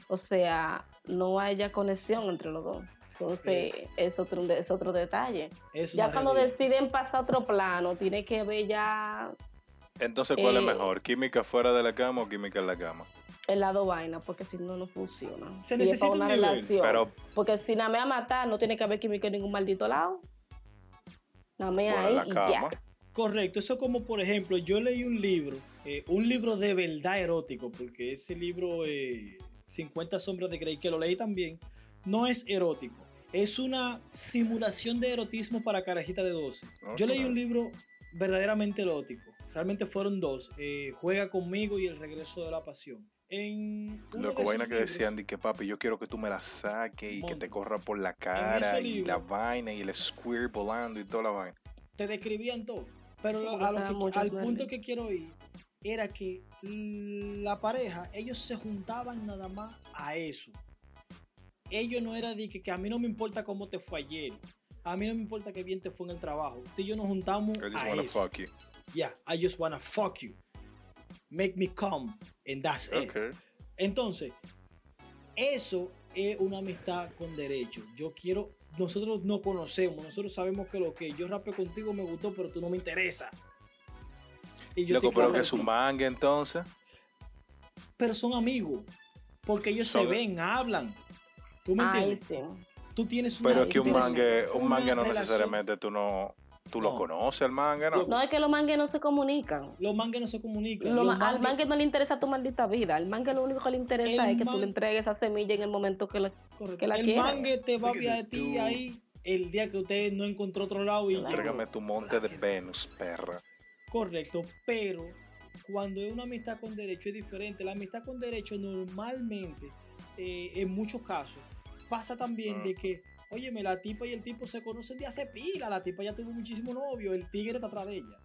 [SPEAKER 5] o sea, no haya conexión entre los dos. Entonces,
[SPEAKER 4] Eso.
[SPEAKER 5] es otro, es otro detalle.
[SPEAKER 4] Es
[SPEAKER 5] ya
[SPEAKER 4] una
[SPEAKER 5] cuando
[SPEAKER 4] realidad.
[SPEAKER 5] deciden pasar a otro plano, tiene que ver ya
[SPEAKER 3] Entonces, ¿cuál es
[SPEAKER 5] Eh.
[SPEAKER 3] mejor? ¿Química fuera de la cama o química en la cama?
[SPEAKER 5] el lado vaina, porque si no, no funciona.
[SPEAKER 4] Se
[SPEAKER 5] Y es
[SPEAKER 4] necesita
[SPEAKER 5] para
[SPEAKER 4] un
[SPEAKER 5] una
[SPEAKER 4] nivel,
[SPEAKER 5] relación.
[SPEAKER 3] Pero
[SPEAKER 5] Porque si nada más matar, no tiene que haber química en ningún maldito lado. Nada más
[SPEAKER 3] fuera
[SPEAKER 5] ahí
[SPEAKER 3] de la
[SPEAKER 5] y
[SPEAKER 3] cama.
[SPEAKER 5] ya.
[SPEAKER 4] Correcto, eso como por ejemplo, yo leí un libro, eh, un libro de verdad erótico, porque ese libro eh, 50 sombras de Grey, que lo leí también, no es erótico, es una simulación de erotismo para carajita de 12.
[SPEAKER 3] Ah,
[SPEAKER 4] yo leí
[SPEAKER 3] claro.
[SPEAKER 4] un libro verdaderamente erótico, realmente fueron dos, eh, Juega conmigo y El regreso de la pasión. En uno de
[SPEAKER 3] Loco,
[SPEAKER 4] esos
[SPEAKER 3] vaina que
[SPEAKER 4] libros-
[SPEAKER 3] decían, di que papi, yo quiero que tú me la saques y que te
[SPEAKER 4] Monte.
[SPEAKER 3] corra por la cara
[SPEAKER 4] ese
[SPEAKER 3] y la
[SPEAKER 4] libro-
[SPEAKER 3] vaina y el squirt volando y toda la vaina.
[SPEAKER 4] te describían todo. Pero
[SPEAKER 5] Sí,
[SPEAKER 4] lo-
[SPEAKER 5] porque
[SPEAKER 4] a lo
[SPEAKER 5] estaban
[SPEAKER 4] que-
[SPEAKER 5] muchas
[SPEAKER 4] al
[SPEAKER 5] verdes.
[SPEAKER 4] punto que quiero ir era que la pareja, ellos se juntaban nada más a eso. Ellos no era de que, que a mí no me importa cómo te fue ayer. A mí no me importa qué bien te fue en el trabajo. Tú y yo nos juntamos
[SPEAKER 3] I just
[SPEAKER 4] a
[SPEAKER 3] wanna
[SPEAKER 4] eso.
[SPEAKER 3] fuck you.
[SPEAKER 4] Yeah, I just wanna fuck you. Make me come. And that's it.
[SPEAKER 3] Ok.
[SPEAKER 4] Entonces, eso es una amistad con derecho. Yo quiero, nosotros no conocemos, nosotros sabemos que lo que yo rapé contigo me gustó, pero tú no me interesa. Y yo te
[SPEAKER 3] Loco, pero
[SPEAKER 4] quiero
[SPEAKER 3] que
[SPEAKER 4] a
[SPEAKER 3] es un
[SPEAKER 4] ti.
[SPEAKER 3] manga entonces.
[SPEAKER 4] Pero son amigos, porque ellos se
[SPEAKER 3] Son-
[SPEAKER 4] ven, hablan. ¿Tú me
[SPEAKER 5] Ahí
[SPEAKER 4] entiendes?
[SPEAKER 5] sí.
[SPEAKER 4] Tú tienes una,
[SPEAKER 3] Pero
[SPEAKER 5] No,
[SPEAKER 3] es que
[SPEAKER 4] tú
[SPEAKER 3] un
[SPEAKER 4] tienes
[SPEAKER 3] manga, un
[SPEAKER 4] una
[SPEAKER 3] manga no
[SPEAKER 4] relación-
[SPEAKER 3] necesariamente tú no, tú lo
[SPEAKER 4] No.
[SPEAKER 3] conoces el manga, ¿no?
[SPEAKER 5] No es que los mangues no se comunican.
[SPEAKER 4] Los mangas no se comunican.
[SPEAKER 5] Lo
[SPEAKER 4] los
[SPEAKER 5] ma- al
[SPEAKER 4] mangas-
[SPEAKER 5] mangue no le interesa tu maldita vida. Al mangue lo único que le interesa
[SPEAKER 4] El
[SPEAKER 5] es que tú
[SPEAKER 4] man-
[SPEAKER 5] le entregues esa semilla en el momento que la.
[SPEAKER 4] correcto,
[SPEAKER 5] que la
[SPEAKER 4] el
[SPEAKER 5] quieran.
[SPEAKER 4] manga te va a
[SPEAKER 6] Look at
[SPEAKER 4] ver a
[SPEAKER 6] this
[SPEAKER 4] ti
[SPEAKER 6] dude.
[SPEAKER 4] ahí el día que usted no encontró otro lado y llegó.
[SPEAKER 5] Claro.
[SPEAKER 3] Entrégame tu monte de Venus, perra.
[SPEAKER 4] Correcto, pero cuando es una amistad con derecho es diferente. La amistad con derecho normalmente, eh, en muchos casos, pasa también de que, óyeme, la tipa y el tipo se conocen de hace pila, la tipa ya tuvo muchísimo novio, el tigre está atrás de ella.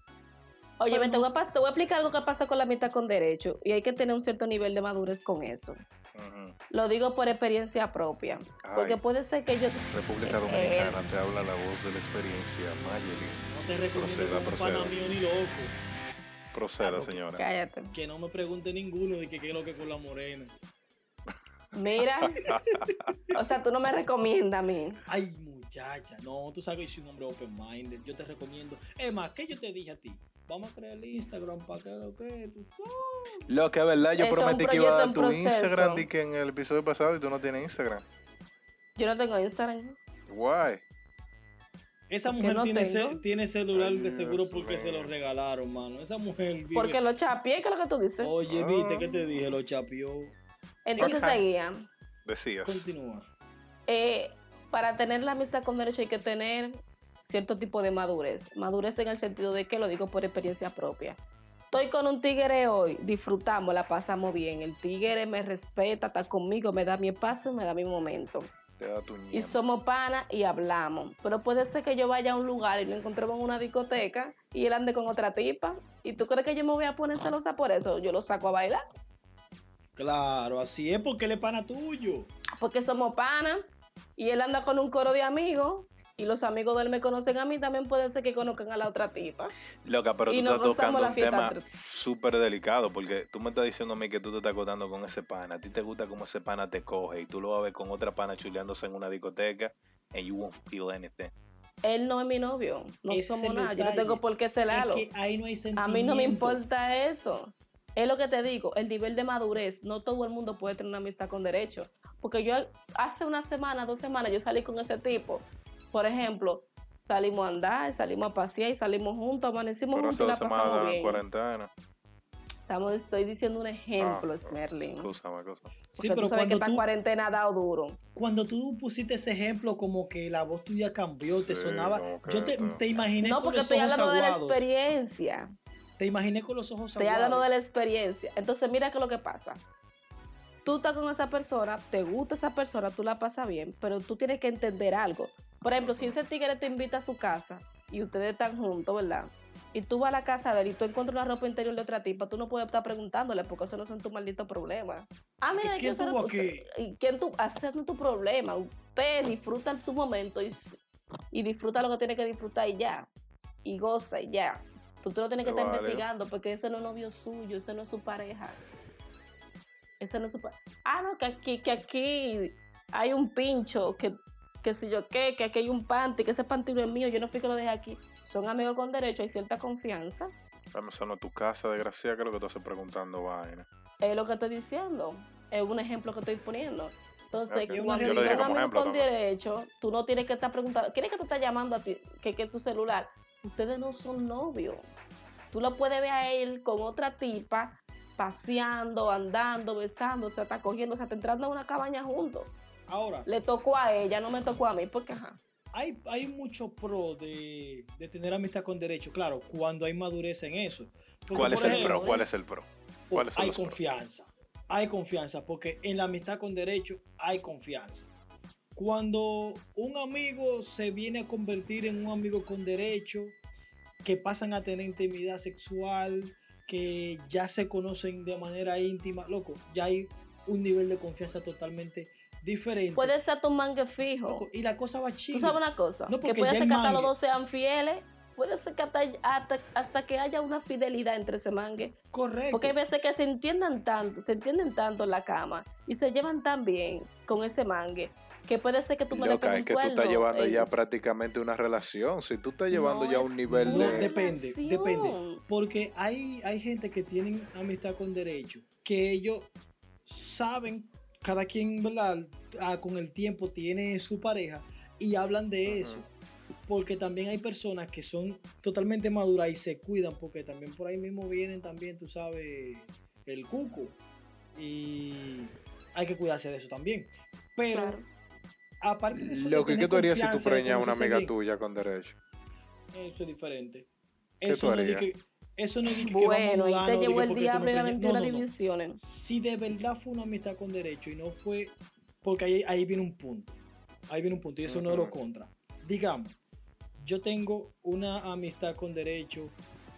[SPEAKER 5] Oye,
[SPEAKER 4] Pero-
[SPEAKER 5] te, voy a, pas- te voy a explicar lo que pasa con la amistad con derecho y hay que tener un cierto nivel de madurez con eso.
[SPEAKER 3] Ujú.
[SPEAKER 5] Lo digo por experiencia propia.
[SPEAKER 3] Ay.
[SPEAKER 5] Porque puede ser que yo... Eh,
[SPEAKER 3] República Dominicana te habla la voz de la experiencia. Mayeli.
[SPEAKER 4] No te recomiendo
[SPEAKER 3] Proceda,
[SPEAKER 4] como un pana
[SPEAKER 3] proceda.
[SPEAKER 4] mío ni loco,
[SPEAKER 3] Proceda, señora.
[SPEAKER 5] Cállate.
[SPEAKER 4] que no me pregunte ninguno de que qué es lo que con la morena.
[SPEAKER 5] Mira. o sea, tú no me recomiendas a mí.
[SPEAKER 4] Ay, muchacha, no, tú sabes que yo soy un hombre open-minded, yo te recomiendo. Es más, ¿qué yo te dije a ti? Vamos a crear el Instagram para que lo que tú
[SPEAKER 3] Lo que es verdad, yo
[SPEAKER 5] Eso es un
[SPEAKER 3] prometí que iba a dar tu
[SPEAKER 5] proyecto en proceso.
[SPEAKER 3] Instagram di que en el episodio pasado y tú no tienes Instagram.
[SPEAKER 5] Yo no tengo Instagram.
[SPEAKER 3] Guay.
[SPEAKER 4] Esa
[SPEAKER 5] Porque
[SPEAKER 4] mujer
[SPEAKER 5] no
[SPEAKER 4] tiene,
[SPEAKER 5] tengo.
[SPEAKER 4] ce- tiene celular
[SPEAKER 3] Ay,
[SPEAKER 4] de seguro
[SPEAKER 3] Dios
[SPEAKER 4] porque se
[SPEAKER 3] mío.
[SPEAKER 4] lo regalaron, mano. Esa mujer vive-
[SPEAKER 5] Porque lo chapié, que es lo que tú dices.
[SPEAKER 4] Oye,
[SPEAKER 3] Ah.
[SPEAKER 4] viste que te dije, lo chapió.
[SPEAKER 5] Entonces
[SPEAKER 3] Ajá.
[SPEAKER 5] seguía.
[SPEAKER 3] Decías.
[SPEAKER 4] Continúa.
[SPEAKER 5] Eh, para tener la amistad con derecho hay que tener cierto tipo de madurez. Madurez en el sentido de que lo digo por experiencia propia. Estoy con un tigre hoy, disfrutamos, la pasamos bien. El tigre me respeta, está conmigo, me da mi espacio, me da mi momento.
[SPEAKER 3] Te da tu
[SPEAKER 5] y
[SPEAKER 3] ñema.
[SPEAKER 5] somos panas y hablamos. Pero puede ser que yo vaya a un lugar y lo encontremos en una discoteca y él ande con otra tipa. ¿Y tú crees que yo me voy a poner celosa por eso? Yo lo saco a bailar
[SPEAKER 4] Claro, así es porque él es pana tuyo.
[SPEAKER 5] porque somos panas y él anda con un coro de amigos. Y los amigos de él me conocen a mí, también puede ser que conozcan a la otra tipa.
[SPEAKER 3] Loca, pero tú
[SPEAKER 5] Y nos
[SPEAKER 3] estás
[SPEAKER 5] gozamos
[SPEAKER 3] tocando
[SPEAKER 5] la
[SPEAKER 3] un
[SPEAKER 5] fiesta
[SPEAKER 3] tema
[SPEAKER 5] antes.
[SPEAKER 3] súper delicado, porque tú me estás diciendo a mí que tú te estás acotando con ese pana. A ti te gusta cómo ese pana te coge y tú lo vas a ver con otra pana chuleándose en una discoteca and you won't feel anything.
[SPEAKER 5] Él no es mi novio, no
[SPEAKER 4] Ese es
[SPEAKER 5] somos
[SPEAKER 4] el
[SPEAKER 5] nada, yo no
[SPEAKER 4] detalle.
[SPEAKER 5] tengo por qué celarlo.
[SPEAKER 4] Es que ahí no hay sentido.
[SPEAKER 5] A mí no me importa eso. Es lo que te digo, el nivel de madurez. No todo el mundo puede tener una amistad con derecho. Porque yo hace una semana, dos semanas, yo salí con ese tipo. Por ejemplo, salimos a andar, salimos a pasear y salimos juntos, amanecimos
[SPEAKER 3] Pero
[SPEAKER 5] juntos
[SPEAKER 3] hace
[SPEAKER 5] y la
[SPEAKER 3] dos semanas
[SPEAKER 5] pasamos
[SPEAKER 3] estaban en
[SPEAKER 5] bien.
[SPEAKER 3] cuarentena.
[SPEAKER 5] Estamos, estoy diciendo un ejemplo,
[SPEAKER 3] Ah,
[SPEAKER 5] Smerlin. Porque
[SPEAKER 3] Escúchame, cosa.
[SPEAKER 4] Sí,
[SPEAKER 5] tú
[SPEAKER 4] pero
[SPEAKER 5] sabes que
[SPEAKER 4] cuando
[SPEAKER 5] esta
[SPEAKER 4] tú,
[SPEAKER 5] cuarentena ha dado duro.
[SPEAKER 4] cuando tú pusiste ese ejemplo, como que la voz tuya cambió, te
[SPEAKER 3] Sí,
[SPEAKER 4] sonaba.
[SPEAKER 3] como que
[SPEAKER 4] Yo te,
[SPEAKER 3] tú-
[SPEAKER 4] te imaginé
[SPEAKER 5] No,
[SPEAKER 4] con
[SPEAKER 5] porque
[SPEAKER 4] los
[SPEAKER 5] estoy
[SPEAKER 4] ojos
[SPEAKER 5] hablando de la
[SPEAKER 4] aguados.
[SPEAKER 5] experiencia.
[SPEAKER 4] Te imaginé con los ojos
[SPEAKER 5] Estoy hablando de
[SPEAKER 4] aguados.
[SPEAKER 5] la experiencia. Entonces, mira que lo que pasa. Tú estás con esa persona, te gusta esa persona, tú la pasas bien, pero tú tienes que entender algo. Por ejemplo, si ese tigre te invita a su casa y ustedes están juntos, ¿verdad? Y tú vas a la casa de él y tú encuentras una ropa interior de otra tipa, tú no puedes estar preguntándole porque eso no son tus malditos problemas. Ah, mira,
[SPEAKER 4] ¿Quién
[SPEAKER 5] eso no-
[SPEAKER 4] tuvo aquí?
[SPEAKER 5] ¿Y ¿Quién tú? Ese no es tu problema. Usted disfruta en su momento y, s- y disfruta lo que tiene que disfrutar y ya. Y goza y ya. Tú tú no tienes que
[SPEAKER 3] Qué
[SPEAKER 5] estar
[SPEAKER 3] válido.
[SPEAKER 5] investigando porque ese no es novio suyo, ese no es su pareja. Ese no es su pa- Ah, no, que aquí, que aquí hay un pincho, que, que si yo qué, que aquí hay un panty, que ese panty no es mío, yo no fui que lo dejé aquí. Son amigos con derecho, hay cierta confianza.
[SPEAKER 3] Dame eso no tu casa, desgracia, que es lo que tú haces preguntando vaina.
[SPEAKER 5] Es lo que estoy diciendo. Es un ejemplo que estoy poniendo. Entonces,
[SPEAKER 3] Ok.
[SPEAKER 4] Yo
[SPEAKER 5] cuando
[SPEAKER 4] lo
[SPEAKER 5] tú
[SPEAKER 4] dije
[SPEAKER 5] eres
[SPEAKER 3] como
[SPEAKER 5] amigo
[SPEAKER 3] ejemplo
[SPEAKER 5] con
[SPEAKER 3] también.
[SPEAKER 5] derecho, tú no tienes que estar preguntando, ¿quién es que te está llamando a ti? Que que es tu celular? Ustedes no son novios. Tú lo puedes ver a él con otra tipa, paseando, andando, besando, o sea, está cogiendo, o sea, está entrando a una cabaña juntos.
[SPEAKER 4] Ahora,
[SPEAKER 5] Le tocó a ella, no me tocó a mí, porque ajá.
[SPEAKER 4] hay, hay mucho pro de, de tener amistad con derecho, claro, cuando hay madurez en eso. Porque,
[SPEAKER 3] ¿Cuál
[SPEAKER 4] por
[SPEAKER 3] es el
[SPEAKER 4] ejemplo,
[SPEAKER 3] pro? ¿Cuál es el pro? ¿Cuáles son
[SPEAKER 4] hay
[SPEAKER 3] los pros?
[SPEAKER 4] confianza. Hay confianza, porque en la amistad con derecho hay confianza. Cuando un amigo se viene a convertir en un amigo con derecho, que pasan a tener intimidad sexual, que ya se conocen de manera íntima, loco, ya hay un nivel de confianza totalmente diferente.
[SPEAKER 5] Puede ser tu mangue fijo.
[SPEAKER 4] Loco, y la cosa va chida.
[SPEAKER 5] Tú sabes una cosa,
[SPEAKER 4] No,
[SPEAKER 5] que
[SPEAKER 4] porque
[SPEAKER 5] puede
[SPEAKER 4] ya
[SPEAKER 5] ser
[SPEAKER 4] el
[SPEAKER 5] que hasta los
[SPEAKER 4] mangue-
[SPEAKER 5] dos sean fieles, puede ser que hasta, hasta, hasta que haya una fidelidad entre ese mangue.
[SPEAKER 4] Correcto.
[SPEAKER 5] Porque hay veces que se entiendan tanto, se entienden tanto en la cama y se llevan tan bien con ese mangue que puede ser que tú me le
[SPEAKER 3] Loca,
[SPEAKER 5] pegues
[SPEAKER 3] es
[SPEAKER 5] un
[SPEAKER 3] que tú estás
[SPEAKER 5] cuerno,
[SPEAKER 3] llevando
[SPEAKER 5] eh,
[SPEAKER 3] ya prácticamente una relación. Si tú estás llevando
[SPEAKER 5] no
[SPEAKER 3] ya
[SPEAKER 5] es
[SPEAKER 3] un nivel
[SPEAKER 4] No,
[SPEAKER 5] una
[SPEAKER 3] de...
[SPEAKER 4] depende,
[SPEAKER 5] relación.
[SPEAKER 4] depende. Porque hay, hay gente que tienen amistad con derecho, que ellos saben, cada quien, ¿verdad? Ah, con el tiempo tiene su pareja y hablan de eso. Porque también hay personas que son totalmente maduras y se cuidan, porque también por ahí mismo vienen también, tú sabes, el cuco. Y hay que cuidarse de eso también. Pero
[SPEAKER 5] Claro.
[SPEAKER 4] aparte de eso, de
[SPEAKER 3] Lo que
[SPEAKER 4] tener
[SPEAKER 3] ¿qué tú harías si tú
[SPEAKER 4] confianza, de
[SPEAKER 3] preñas a una
[SPEAKER 4] conocerse
[SPEAKER 3] amiga
[SPEAKER 4] bien,
[SPEAKER 3] tuya con derecho.
[SPEAKER 4] eso es diferente.
[SPEAKER 3] ¿Qué tú
[SPEAKER 4] Eso no es de
[SPEAKER 3] harías?
[SPEAKER 4] que- Eso no es de que, que
[SPEAKER 5] Bueno,
[SPEAKER 4] vamos a
[SPEAKER 5] y te
[SPEAKER 4] mudarnos, de
[SPEAKER 5] llevó
[SPEAKER 4] que
[SPEAKER 5] el
[SPEAKER 4] porque tú me
[SPEAKER 5] diablo y la
[SPEAKER 4] preñas-
[SPEAKER 5] 21
[SPEAKER 4] no, no, no.
[SPEAKER 5] divisiones.
[SPEAKER 4] Si de verdad fue una amistad con derecho y no fue. Porque ahí, ahí viene un punto. Ahí viene un punto. Y eso no
[SPEAKER 3] Ujú.
[SPEAKER 4] lo contra. Digamos, yo tengo una amistad con derecho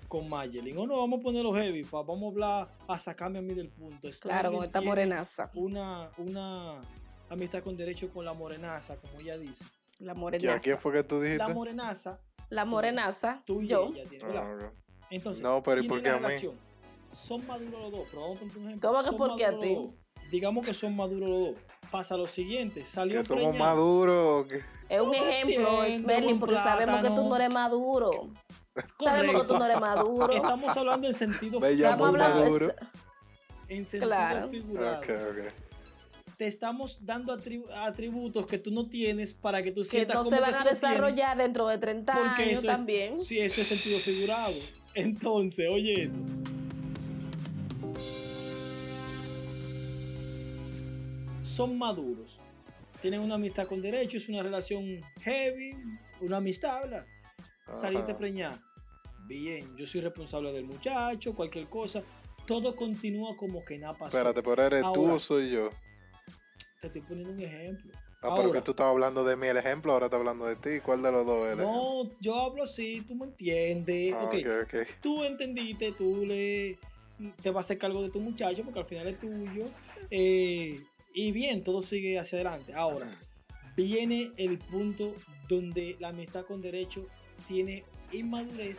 [SPEAKER 4] con Mayelin. O no, vamos a ponerlo heavy. pa, vamos a hablar a sacarme a mí del punto.
[SPEAKER 5] Claro, con
[SPEAKER 4] Starling
[SPEAKER 5] esta
[SPEAKER 4] tiene
[SPEAKER 5] morenaza.
[SPEAKER 4] Una, una amistad con derecho con la morenaza, como ella dice.
[SPEAKER 5] La
[SPEAKER 3] ¿Y a
[SPEAKER 5] morenaza.
[SPEAKER 3] quién fue que tú dijiste?
[SPEAKER 4] La morenaza,
[SPEAKER 5] La morenaza,
[SPEAKER 4] tú y
[SPEAKER 5] yo.
[SPEAKER 4] ella tienen, ¿verdad?
[SPEAKER 3] Ah, ok.
[SPEAKER 4] Entonces,
[SPEAKER 3] No, pero ¿y
[SPEAKER 4] tienen
[SPEAKER 3] por qué
[SPEAKER 4] la
[SPEAKER 3] a mí?
[SPEAKER 4] relación. Son maduros los dos, pero vamos a poner un ejemplo.
[SPEAKER 5] ¿Cómo que
[SPEAKER 4] Son
[SPEAKER 5] por qué a
[SPEAKER 4] maduros los dos. Digamos que son maduros los dos. Pasa lo siguiente, salió
[SPEAKER 3] Que somos
[SPEAKER 4] preñada.
[SPEAKER 3] maduros. que-
[SPEAKER 5] Es un ejemplo,
[SPEAKER 4] entiendo,
[SPEAKER 5] Merlin,
[SPEAKER 4] buen
[SPEAKER 5] porque sabemos que tú
[SPEAKER 4] plátano.
[SPEAKER 5] no eres maduro. Sabemos que
[SPEAKER 4] Correcto.
[SPEAKER 5] tú no eres maduro.
[SPEAKER 4] Estamos hablando en sentido
[SPEAKER 3] Me
[SPEAKER 5] Estamos
[SPEAKER 3] llamó un
[SPEAKER 5] hablando de-
[SPEAKER 4] figurado.
[SPEAKER 3] maduro.
[SPEAKER 4] En sentido
[SPEAKER 5] Claro.
[SPEAKER 4] figurado.
[SPEAKER 3] Ok, ok.
[SPEAKER 4] Te estamos dando atribu- atributos que tú no tienes para que tú
[SPEAKER 5] que
[SPEAKER 4] sientas
[SPEAKER 5] no
[SPEAKER 4] como
[SPEAKER 5] se van
[SPEAKER 4] que
[SPEAKER 5] a
[SPEAKER 4] sí lo tienes,
[SPEAKER 5] desarrollar dentro de 30
[SPEAKER 4] porque
[SPEAKER 5] años
[SPEAKER 4] eso
[SPEAKER 5] también.
[SPEAKER 4] es sí, eso es sentido figurado. Entonces, oye, esto. son maduros. Tienen una amistad con derecho, es una relación heavy, una amistad, ¿verdad? Saliste
[SPEAKER 3] Ajá.
[SPEAKER 4] preñada. Bien, yo soy responsable del muchacho, cualquier cosa. Todo continúa como que nada pasó.
[SPEAKER 3] Espérate, pero eres tú
[SPEAKER 4] Ahora.
[SPEAKER 3] o soy yo.
[SPEAKER 4] Te estoy poniendo un ejemplo.
[SPEAKER 3] Ah, pero
[SPEAKER 4] Ahora.
[SPEAKER 3] que tú estabas hablando de mí el ejemplo, ahora estás hablando de ti. ¿Cuál de los dos eres?
[SPEAKER 4] No, yo hablo así, tú me entiendes.
[SPEAKER 3] Ah,
[SPEAKER 4] ok,
[SPEAKER 3] ok, ok.
[SPEAKER 4] tú entendiste, tú le te vas a hacer cargo de tu muchacho porque al final es tuyo. eh, y bien, todo sigue hacia adelante. Ahora, viene el punto donde la amistad con derecho tiene inmadurez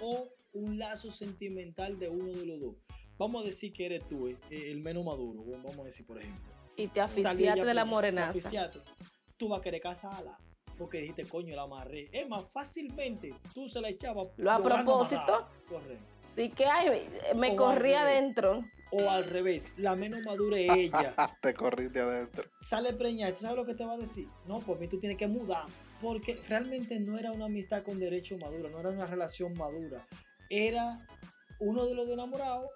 [SPEAKER 4] o un lazo sentimental de uno de los dos. Vamos a decir que eres tú eh, el menos maduro, vamos a decir por ejemplo.
[SPEAKER 5] Y te
[SPEAKER 4] Salí
[SPEAKER 5] asfixiaste
[SPEAKER 4] ya
[SPEAKER 5] de la
[SPEAKER 4] preñada, te
[SPEAKER 5] morenaza.
[SPEAKER 4] asfixiaste. Tú vas a querer casarla porque dijiste, coño, la amarré. Es más, fácilmente tú se la echabas.
[SPEAKER 5] Lo a
[SPEAKER 4] logrando
[SPEAKER 5] propósito.
[SPEAKER 4] amarrar. Correcto.
[SPEAKER 5] Y que ay, me
[SPEAKER 4] O
[SPEAKER 5] corrí
[SPEAKER 4] al revés.
[SPEAKER 5] adentro.
[SPEAKER 4] O al revés, la menos madura es ella.
[SPEAKER 3] Te corriste adentro.
[SPEAKER 4] Sale preñada, ¿tú sabes lo que te va a decir? No, pues mí tú tienes que mudar. Porque realmente no era una amistad con derecho madura, no era una relación madura. Era uno de los dos enamorados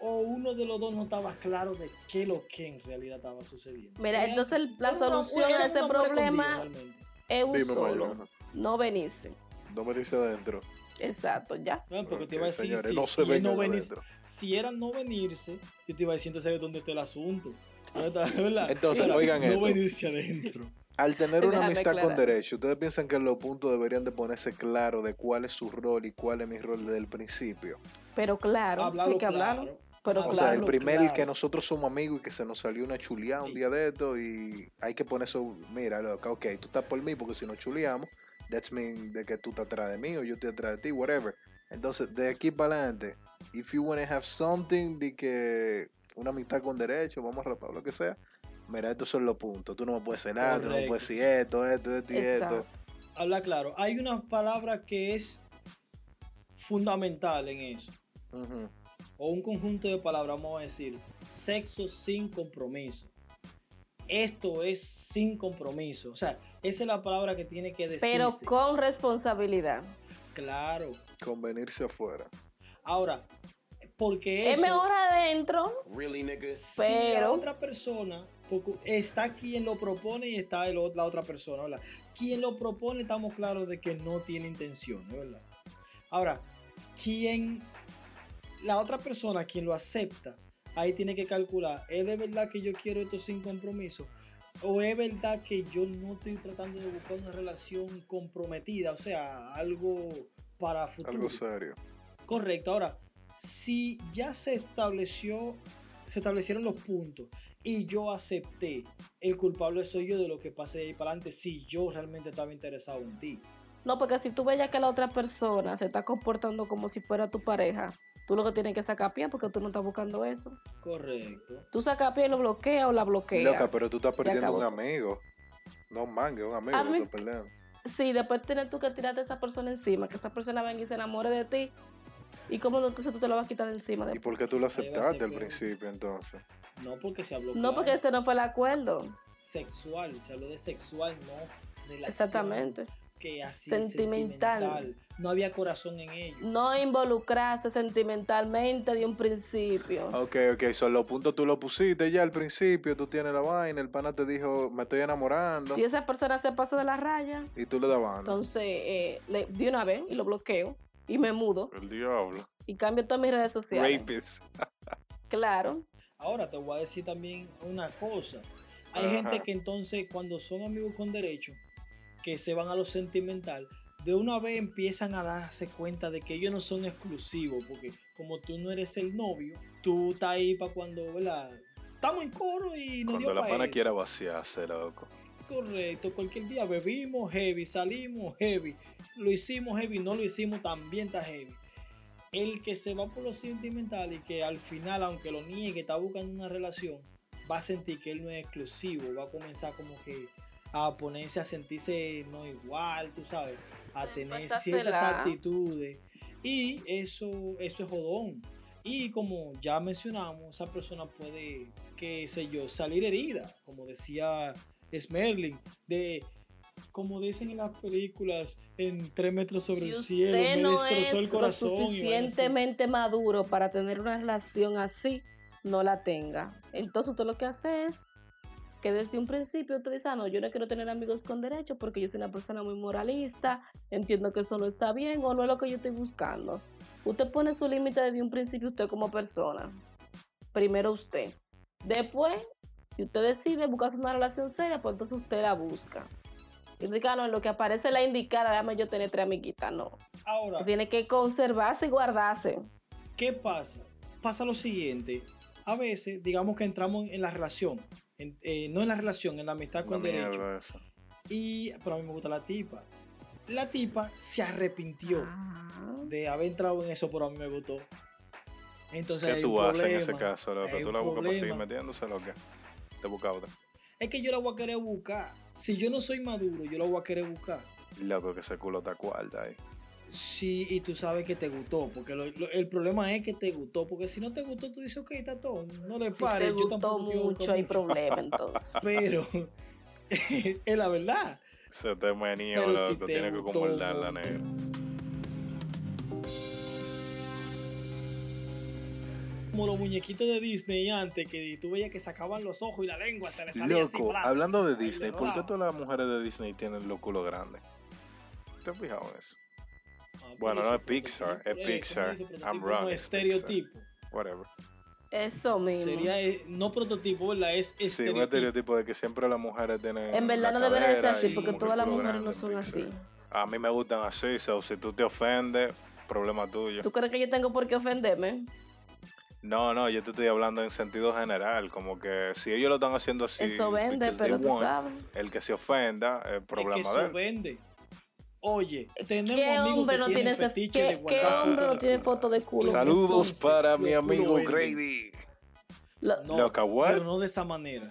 [SPEAKER 4] o uno de los dos no estaba claro de qué lo que en realidad estaba sucediendo.
[SPEAKER 5] Mira,
[SPEAKER 4] Era-
[SPEAKER 5] entonces el- la
[SPEAKER 4] era una-
[SPEAKER 5] solución
[SPEAKER 4] era
[SPEAKER 5] a ese
[SPEAKER 4] un amor
[SPEAKER 5] problema
[SPEAKER 4] escondido, realmente.
[SPEAKER 5] es un
[SPEAKER 3] Dime,
[SPEAKER 5] solo.
[SPEAKER 3] Mayrona.
[SPEAKER 5] No venirse.
[SPEAKER 3] No me dice adentro.
[SPEAKER 5] Exacto, ya.
[SPEAKER 4] No, porque te
[SPEAKER 3] Ok,
[SPEAKER 4] iba a decir,
[SPEAKER 3] señores,
[SPEAKER 4] si,
[SPEAKER 3] no se
[SPEAKER 4] si es
[SPEAKER 3] vengan
[SPEAKER 4] no venir-
[SPEAKER 3] adentro.
[SPEAKER 4] si era no venirse, yo te iba a decir entonces dónde está el asunto. ¿Dónde está, verdad?
[SPEAKER 3] Entonces,
[SPEAKER 4] Era
[SPEAKER 3] oigan
[SPEAKER 4] no
[SPEAKER 3] esto.
[SPEAKER 4] venirse adentro.
[SPEAKER 3] Al tener una
[SPEAKER 5] Déjame
[SPEAKER 3] amistad con
[SPEAKER 5] aclarar.
[SPEAKER 3] derecho, ¿ustedes piensan que los puntos deberían de ponerse claro de cuál es su rol y cuál es mi rol desde el principio?
[SPEAKER 5] Pero claro, sí
[SPEAKER 4] Hablarlo
[SPEAKER 5] que hablaron.
[SPEAKER 4] claro.
[SPEAKER 5] Pero
[SPEAKER 3] o sea, el
[SPEAKER 5] claro,
[SPEAKER 3] primer
[SPEAKER 4] claro.
[SPEAKER 3] que nosotros somos amigos y que se nos salió una chuleada
[SPEAKER 4] Sí.
[SPEAKER 3] un día de esto y hay que poner eso, mira, loca, ok, tú estás por mí porque si nos chuleamos, that's mean de que tú estás atrás de mí o yo estoy atrás de ti, whatever. Entonces, de aquí para adelante, if you wanna have something de que una amistad con derecho, vamos a rapar lo que sea, mira, estos son los puntos, tú no me puedes hacer nada, tú no me puedes decir esto, esto, esto y esto.
[SPEAKER 5] Exacto.
[SPEAKER 4] Habla claro. Hay una palabra que es fundamental en eso.
[SPEAKER 3] Ujú.
[SPEAKER 4] O un conjunto de palabras, vamos a decir. Sexo sin compromiso. Esto es sin compromiso. O sea, esa es la palabra que tiene que decirse.
[SPEAKER 5] pero con responsabilidad.
[SPEAKER 4] Claro.
[SPEAKER 3] Convenirse afuera.
[SPEAKER 4] Ahora, porque
[SPEAKER 5] Es
[SPEAKER 4] eso...
[SPEAKER 5] mejor adentro.
[SPEAKER 6] Really, nigga?
[SPEAKER 4] si la
[SPEAKER 5] Pero-
[SPEAKER 4] otra persona, porque está quien lo propone y está el o- la otra persona, ¿verdad? Quien lo propone, estamos claros de que no tiene intenciones, ¿verdad? Ahora, quien, la otra persona, quien lo acepta, ahí tiene que calcular, ¿es de verdad que yo quiero esto sin compromiso? ¿O es verdad que yo no estoy tratando de buscar una relación comprometida? O sea, algo para futuro.
[SPEAKER 3] Algo serio.
[SPEAKER 4] Correcto. Ahora, si ya se estableció, se establecieron los puntos y yo acepté, el culpable soy yo de lo que pase de ahí para adelante si yo realmente estaba interesado en ti.
[SPEAKER 5] No, porque si tú ves ya que la otra persona se está comportando como si fuera tu pareja, tú lo que tienes que sacar pie porque tú no estás buscando eso.
[SPEAKER 4] Correcto.
[SPEAKER 5] Tú sacas pie y lo bloqueas o la bloqueas.
[SPEAKER 3] Loca, pero tú estás perdiendo
[SPEAKER 5] acabó.
[SPEAKER 3] un amigo. No un manga, un amigo
[SPEAKER 5] A
[SPEAKER 3] que
[SPEAKER 5] mí-
[SPEAKER 3] estás perdiendo.
[SPEAKER 5] Sí, después tienes tú que tirarte a esa persona encima, que esa persona venga y se enamore de ti. ¿Y cómo no- entonces tú te lo vas a quitar de encima?
[SPEAKER 3] ¿Y
[SPEAKER 5] después?
[SPEAKER 3] por qué tú lo
[SPEAKER 4] ser
[SPEAKER 3] aceptaste al
[SPEAKER 4] peor.
[SPEAKER 3] principio entonces?
[SPEAKER 4] No porque se habló
[SPEAKER 5] No,
[SPEAKER 4] claro.
[SPEAKER 5] porque ese no fue el acuerdo.
[SPEAKER 4] sexual, se habló de sexual, no relación.
[SPEAKER 5] Exactamente.
[SPEAKER 4] Que así sentimental.
[SPEAKER 5] Sentimental.
[SPEAKER 4] No había corazón en ello.
[SPEAKER 5] No involucrarse sentimentalmente de un principio.
[SPEAKER 3] Ok, ok, son los puntos tú lo pusiste ya al principio, tú tienes la vaina, el pana te dijo, me estoy enamorando,
[SPEAKER 5] Si esa persona se pasa de la raya,
[SPEAKER 3] y tú le das banda.
[SPEAKER 5] entonces eh, le, de una vez y lo bloqueo y me mudo.
[SPEAKER 1] El diablo.
[SPEAKER 5] Y cambio todas mis redes sociales.
[SPEAKER 3] Rapist.
[SPEAKER 5] Claro.
[SPEAKER 4] Ahora te voy a decir también una cosa. Hay
[SPEAKER 3] Ajá.
[SPEAKER 4] gente que entonces cuando son amigos con derecho, que se van a lo sentimental, de una vez empiezan a darse cuenta de que ellos no son exclusivos, porque como tú no eres el novio, tú estás ahí para cuando, ¿verdad? Estamos en coro y nos
[SPEAKER 3] Cuando
[SPEAKER 4] dio
[SPEAKER 3] la
[SPEAKER 4] pa'
[SPEAKER 3] pana
[SPEAKER 4] eso.
[SPEAKER 3] quiera vaciarse, loco.
[SPEAKER 4] Correcto, cualquier día bebimos heavy, salimos heavy, lo hicimos heavy, no lo hicimos también está heavy. El que se va por lo sentimental y que al final, aunque lo niegue, está buscando una relación, va a sentir que él no es exclusivo, va a comenzar como que a ponerse a sentirse no igual, tú sabes, a tener
[SPEAKER 5] Pasársela.
[SPEAKER 4] ciertas actitudes. Y eso, eso es jodón. Y como ya mencionamos, esa persona puede, qué sé yo, salir herida, como decía Smerling, de como dicen en las películas, en tres metros sobre
[SPEAKER 5] Si
[SPEAKER 4] el
[SPEAKER 5] usted
[SPEAKER 4] cielo, me
[SPEAKER 5] no
[SPEAKER 4] destrozó
[SPEAKER 5] es
[SPEAKER 4] el corazón. y
[SPEAKER 5] lo
[SPEAKER 4] vainas así.
[SPEAKER 5] suficientemente maduro para tener una relación así, no la tenga. Entonces usted lo que hace es que desde un principio usted dice, "Ah, no, yo no quiero tener amigos con derecho porque yo soy una persona muy moralista, entiendo que eso no está bien o no es lo que yo estoy buscando. Usted pone su límite desde un principio usted como persona. Primero usted. Después, si usted decide buscarse una relación seria, pues entonces usted la busca. Y diga, "Ah, no, en lo que aparece la indicada, déjame yo tener tres amiguitas. No,
[SPEAKER 4] Ahora,
[SPEAKER 5] tiene que conservarse y guardarse.
[SPEAKER 4] ¿qué pasa? Pasa lo siguiente. A veces, digamos que entramos en la relación, en- eh, no en la relación, en la amistad
[SPEAKER 3] Una
[SPEAKER 4] con derecho.
[SPEAKER 3] mierda eso.
[SPEAKER 4] Y, pero a mí me gusta la tipa. La tipa se arrepintió de haber entrado en eso, pero a mí me gustó. Entonces,
[SPEAKER 3] ¿Qué
[SPEAKER 4] hay
[SPEAKER 3] tú
[SPEAKER 4] un
[SPEAKER 3] haces en ese
[SPEAKER 4] problema.
[SPEAKER 3] caso, loco?
[SPEAKER 4] hay
[SPEAKER 3] ¿Tú
[SPEAKER 4] un
[SPEAKER 3] la buscas para seguir
[SPEAKER 4] problema.
[SPEAKER 3] metiéndose, loca? Te busca otra.
[SPEAKER 4] Es que yo la voy a querer buscar. Si yo no soy maduro, yo la voy a querer buscar.
[SPEAKER 3] Loco, que ese culo está cuarta eh. ahí.
[SPEAKER 4] Sí, y tú sabes que te gustó, porque lo- lo- el problema es que te gustó, porque si no te gustó, tú dices, ok, está todo, no le
[SPEAKER 5] Si te
[SPEAKER 4] pares, yo
[SPEAKER 5] gustó
[SPEAKER 4] tampoco te voy a
[SPEAKER 5] mucho,
[SPEAKER 4] buscar
[SPEAKER 5] hay
[SPEAKER 4] mucho.
[SPEAKER 5] problema entonces.
[SPEAKER 4] Pero es la verdad.
[SPEAKER 3] Se te manió,
[SPEAKER 4] Pero si
[SPEAKER 3] loco.
[SPEAKER 4] te
[SPEAKER 3] Tiene que
[SPEAKER 4] gustó,
[SPEAKER 3] acomodar la
[SPEAKER 4] loco.
[SPEAKER 3] negra.
[SPEAKER 4] Como los muñequitos de Disney antes, que tú veías que sacaban los ojos y la lengua se les salía así.
[SPEAKER 3] Loco,
[SPEAKER 4] bla.
[SPEAKER 3] hablando de
[SPEAKER 4] Ahí le
[SPEAKER 3] Disney, ¿por qué
[SPEAKER 4] daba.
[SPEAKER 3] todas las mujeres de Disney tienen los culos grandes? ¿Te has fijado en eso?
[SPEAKER 4] Ah, pues
[SPEAKER 3] bueno,
[SPEAKER 4] eso,
[SPEAKER 3] no es
[SPEAKER 4] prototipo,
[SPEAKER 3] Pixar, es
[SPEAKER 4] eh,
[SPEAKER 3] Pixar.
[SPEAKER 4] como dice,
[SPEAKER 3] I'm
[SPEAKER 4] prototipo,
[SPEAKER 3] wrong,
[SPEAKER 4] No,
[SPEAKER 3] es Pixar.
[SPEAKER 4] estereotipo.
[SPEAKER 3] Whatever.
[SPEAKER 5] Eso mismo.
[SPEAKER 4] Sería, eh, no prototipo, ¿verdad? Es
[SPEAKER 3] Sí, un
[SPEAKER 4] estereotipo.
[SPEAKER 3] estereotipo de que siempre las mujeres tienen.
[SPEAKER 5] En verdad
[SPEAKER 3] la
[SPEAKER 5] no debería de ser
[SPEAKER 3] cadera
[SPEAKER 5] así,
[SPEAKER 3] y
[SPEAKER 5] porque
[SPEAKER 3] como que
[SPEAKER 5] todas las
[SPEAKER 3] culo
[SPEAKER 5] mujeres
[SPEAKER 3] grande
[SPEAKER 5] no
[SPEAKER 3] en
[SPEAKER 5] son
[SPEAKER 3] Pixar.
[SPEAKER 5] así.
[SPEAKER 3] A mí me gustan así, so, si tú te ofendes, problema tuyo.
[SPEAKER 5] ¿Tú crees que yo tengo por qué ofenderme?
[SPEAKER 3] No, no, yo te estoy hablando en sentido general, como que si ellos lo están haciendo así,
[SPEAKER 5] Eso
[SPEAKER 3] it's
[SPEAKER 5] vende,
[SPEAKER 3] because they
[SPEAKER 5] pero tú
[SPEAKER 3] want,
[SPEAKER 5] sabes.
[SPEAKER 3] el que se ofenda es problema
[SPEAKER 4] es que
[SPEAKER 3] de
[SPEAKER 4] eso
[SPEAKER 3] él.
[SPEAKER 4] vende. Oye, tenemos
[SPEAKER 5] ¿Qué
[SPEAKER 4] amigos
[SPEAKER 5] hombre
[SPEAKER 4] que
[SPEAKER 5] no tiene
[SPEAKER 4] tienen
[SPEAKER 5] ese
[SPEAKER 4] fetiche de
[SPEAKER 5] ¿Qué, qué
[SPEAKER 4] guardar fotos
[SPEAKER 5] hombre
[SPEAKER 4] de
[SPEAKER 5] no
[SPEAKER 4] la
[SPEAKER 3] Ah,
[SPEAKER 5] tiene
[SPEAKER 4] culebra?
[SPEAKER 5] foto de culo?
[SPEAKER 3] Saludos
[SPEAKER 4] Entonces,
[SPEAKER 3] para mi
[SPEAKER 4] lo
[SPEAKER 3] amigo
[SPEAKER 4] vende.
[SPEAKER 3] Grady.
[SPEAKER 5] Lo-
[SPEAKER 4] Ah, No,
[SPEAKER 3] Loca, what?
[SPEAKER 4] pero no de esa manera.